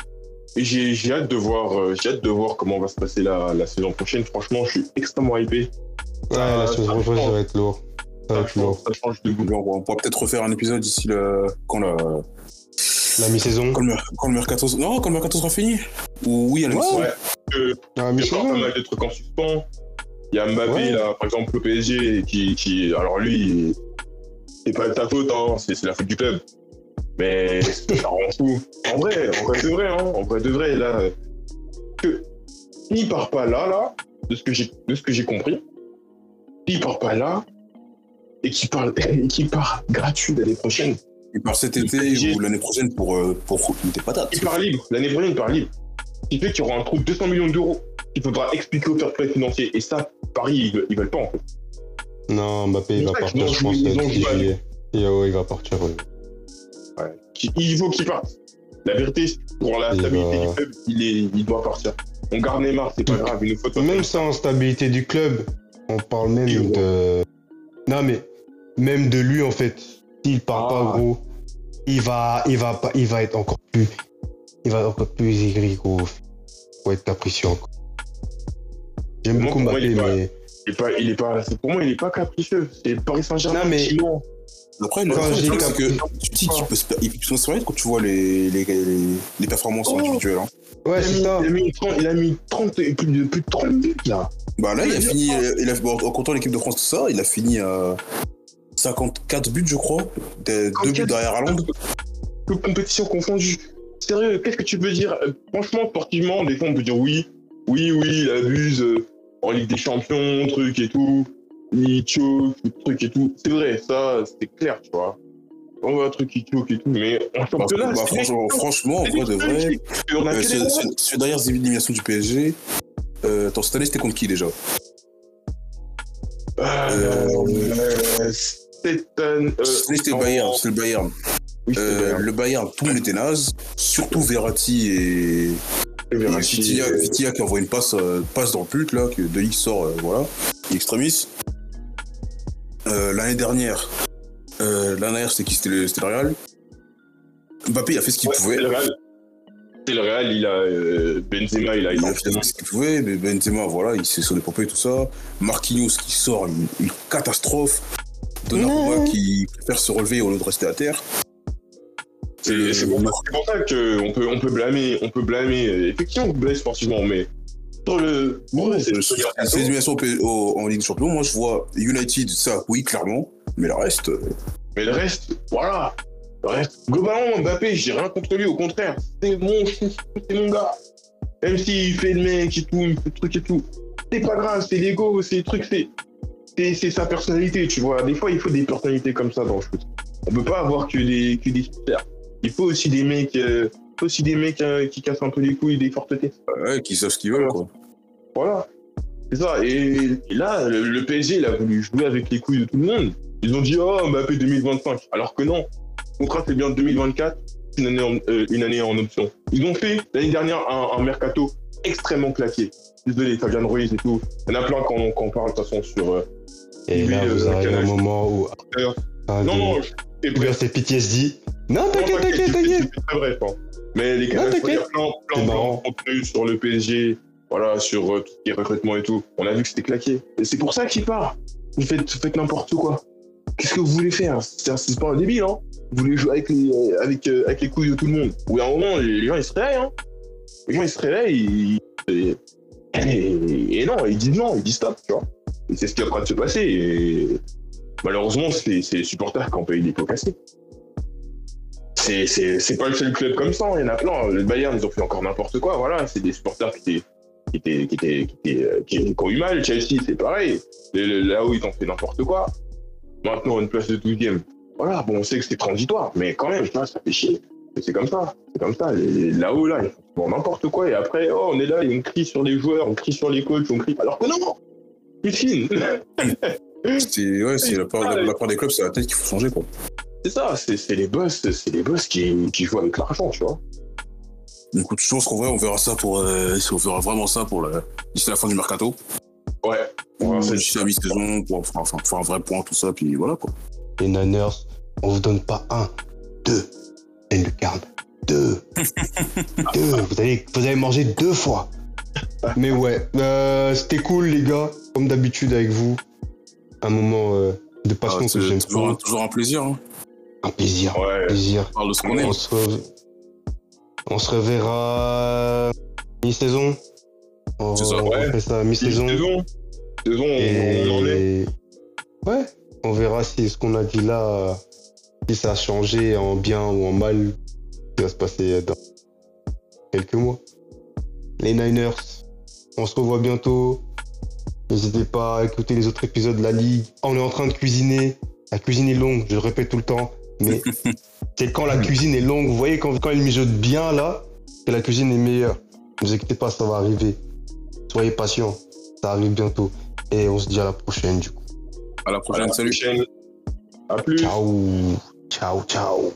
et j'ai j'ai hâte de voir, euh, j'ai hâte de voir comment va se passer la, la saison prochaine. Franchement, je suis extrêmement hypé. Ouais, Ça- la ça saison prochaine, change. ça va être lourd. Ça va Ça être lourd. change, ça change de goût. Genre, on pourra peut-être refaire un épisode d'ici le. Quand, la, La mi-saison. quand, le, mer- quand le mercato. Non, quand le mercato sera fini. Ou oui, à la Ouais. mi-saison. Euh, La Il y a encore pas mi-saison. mal de trucs en suspens. Il y a Mbappé, Ouais. là, par exemple, le PSG, qui. qui- alors lui, c'est pas de ta faute, hein, c'est c'est la faute du club. Mais ça rend fou. En vrai, en vrai de vrai, hein, en vrai de vrai, là. euh, Que, il part pas là, là, de ce que j'ai de ce que j'ai compris. Il part pas là. Et qui parle, et qui part gratuit l'année prochaine. Il part cet PSG. été ou l'année prochaine pour, euh, pour des patates. Il part libre. L'année prochaine, il part libre. Ce qui fait qu'il y aura un trou de 200 millions d'euros qu'il faudra expliquer au fair play financier. Et ça, Paris, ils veulent, ils veulent pas, en fait. Non, Mbappé, il va Ouais, partir, ils je ont pense, joué- le ils ont 10 joué. juillet. Et ouais, il va partir, oui. Ouais. Qui- Il faut qu'il parte. La vérité, pour la Il stabilité va- du club, il, est, il doit partir. On garde Neymar, c'est pas grave, il nous faut pas. Même sans stabilité du club, on parle même Et ouais. de... Non, mais même de lui, en fait. S'il part Ah. pas, gros, il va, il, va pas, il va être encore plus... Il va être encore plus aigri, gros. Faut être capricieux encore. J'aime Moi, beaucoup pour moi, Mbappé, il est pas- mais... Il est pas, il est pas, c'est- pour moi, il est pas capricieux. C'est le Paris Saint-Germain. Non, mais- qui l'ont. Après, le Quand le j'ai truc, c'est capté- que tu te dis qu'il peut se per- il peut se permettre quand tu vois les, les, les, les performances Oh. individuelles. hein. Ouais, il, a c'est mis, ça. il a mis 30, il a mis 30 et plus, de, plus de 30 buts, là. Bah là, il a Oui, fini, euh, il a, bon, en comptant l'équipe de France, tout ça, il a fini à 54 buts, je crois. Des- Deux 54 buts derrière Ah, Bah, Hollande. Toute compétition confondue. Sérieux, qu'est-ce que tu peux dire Euh, Franchement, sportivement, des fois, on peut dire oui, oui, oui, il abuse euh, en Ligue des Champions, truc et tout. Il choke, truc et tout. C'est vrai, ça, c'est clair, tu vois. On voit un truc qui choque et tout, mais en bah, championnat, c'est franchement, franchement, en vrai de vrai, Et on a euh, que des c'est gros. c'est- c'est derrière les éliminations du PSG. Euh, attends, cette année, c'était contre qui déjà Euh, Cette année, euh, Cette année, c'était non, Euh, Bayern. C'était le Bayern. Oui, c'est Euh, vrai. le Bayern, tout le monde était naze, surtout Verratti et, Verratti, et Vitinha, euh, Vitinha qui envoie une passe, euh, passe dans le but, là, que Delic sort, euh, voilà, et extremis. Euh, L'année dernière, euh, l'année dernière, c'était qui C'était le, c'était le Real. Mbappé, il a fait ce qu'il ouais, pouvait. C'est le Real. C'est le Real, il a euh, Benzema, il a Il il a a- fait ce qu'il pouvait, mais Benzema, voilà, il s'est sauvé popé tout ça. Marquinhos qui sort, une, une catastrophe. Donnarumma qui préfère se relever au lieu de rester à terre. C'est c'est pour, ça- c'est pour ça qu'on peut, on peut blâmer, on peut blâmer. euh, Effectivement, on blâme sportivement, mais sur le. Bon, c'est Euh, sur ces éliminations au P- au- en Ligue des Champions, moi je vois United, ça oui, clairement, mais le reste, euh, Mais le reste, voilà. Le reste, globalement, Mbappé, j'ai rien contre lui, au contraire. C'est mon chouchou, c'est mon gars. Même s'il fait le mec et tout, il fait le truc et tout. C'est pas grave, c'est l'ego, c'est le truc, c'est. c'est- C'est sa personnalité, tu vois. Des fois, il faut des personnalités comme ça dans le foot. On peut pas avoir que des, que des super. Il faut aussi des mecs, euh, faut aussi des mecs euh, qui cassent un peu les couilles, des fortes têtes. ouais, qui savent ce qu'ils veulent, quoi. Voilà. C'est ça. Et, et là, le, le PSG, il a voulu jouer avec les couilles de tout le monde. Ils ont dit, oh, Mbappé 2025. Alors que non. Le contrat, c'est bien 2024, une année, en, euh, une année en option. Ils ont fait, l'année dernière, un, un mercato extrêmement claqué. Désolé, Fabian Ruiz et tout. Il y en a plein quand on, quand on parle, de toute façon, sur. euh, Et Oui, là, euh, vous arrivez à un canage. moment où. D'ailleurs, Ah, non, de- non, c'est Ouvrir bref. ses PTSD. Non, Non, t'inquiète, t'inquiète, c'est- t'inquiète. C'est très bref. hein. Mais les Non, gars, il y a t'inquiète. plein, plein, C'est plein marrant. de contenu sur le PSG, voilà, sur euh, tout ce qui est recrutement et tout. On a vu que c'était claqué. Et c'est pour ça qu'il part. Vous faites, vous faites n'importe quoi. Qu'est-ce que vous voulez faire C'est c'est pas un débile, hein Vous voulez jouer avec les, euh, avec, euh, avec les couilles de tout le monde. Ou à un moment, les les gens, ils se réveillent, hein Les gens, ils se réveillent, ils- et, et- et non, ils disent non, ils disent stop, tu vois. Et c'est ce qui est en train de se passer. Et malheureusement, c'est c'est les supporters qui ont payé des pots cassés. C'est- C'est c'est pas le seul club comme ça, hein. il y en a plein. Le Bayern, ils ont fait encore n'importe quoi, voilà. C'est des supporters qui étaient. Qui, étaient, qui, étaient, qui, étaient, euh, qui- qui ont eu mal, Chelsea c'est pareil, Le- le- là-haut ils ont fait n'importe quoi. Maintenant une place de 12 e Voilà, bon on sait que c'est transitoire, mais quand même, putain, ça fait chier. C'est comme ça, c'est comme ça. Les- les- Là-haut là, ils font n'importe quoi et après, oh on est là, et on crie sur les joueurs, on crie sur les coachs, on crie. Alors que non Poutine C'est ouais, c'est la, part- la part des clubs, c'est la tête qu'il faut changer, quoi. C'est ça, c'est c'est les boss, c'est les boss qui, qui jouent avec l'argent, tu vois. Donc, je pense qu'on verra, on verra ça pour, euh, on verra vraiment ça pour la, d'ici la fin du mercato. Ouais. Ouais, c'est- d'ici la mi-saison, pour, pour- enfin, pour un vrai point, tout ça, puis voilà, quoi. Les Niners, on vous donne pas un, deux. Et le carne, deux. deux. Vous allez, vous allez manger deux fois. Mais ouais, euh, c'était cool, les gars. Comme d'habitude avec vous. Un moment euh, de passion Ah, que c'est j'aime toujours, un- trop. toujours un plaisir, hein. Un plaisir. Ouais. plaisir. On parle de ce qu'on aime. On se, rev- on se reverra mi-saison. On, C'est ça, on ouais. refait ça mi-saison. Saison. Saison, Et... on, on en est. Ouais, on verra si ce qu'on a dit là, euh, si ça a changé en bien ou en mal, ça va se passer dans quelques mois. Les Niners, on se revoit bientôt. N'hésitez pas à écouter les autres épisodes de la Ligue. Ah, On est en train de cuisiner. La cuisine est longue, je le répète tout le temps. Mais c'est quand la cuisine est longue, vous voyez, quand, quand elle mijote bien là, que la cuisine est meilleure. Ne vous inquiétez pas, ça va arriver. Soyez patients, ça arrive bientôt. Et on se dit à la prochaine du coup. À la prochaine, À la salut. prochaine. À plus. Ciao, ciao, ciao.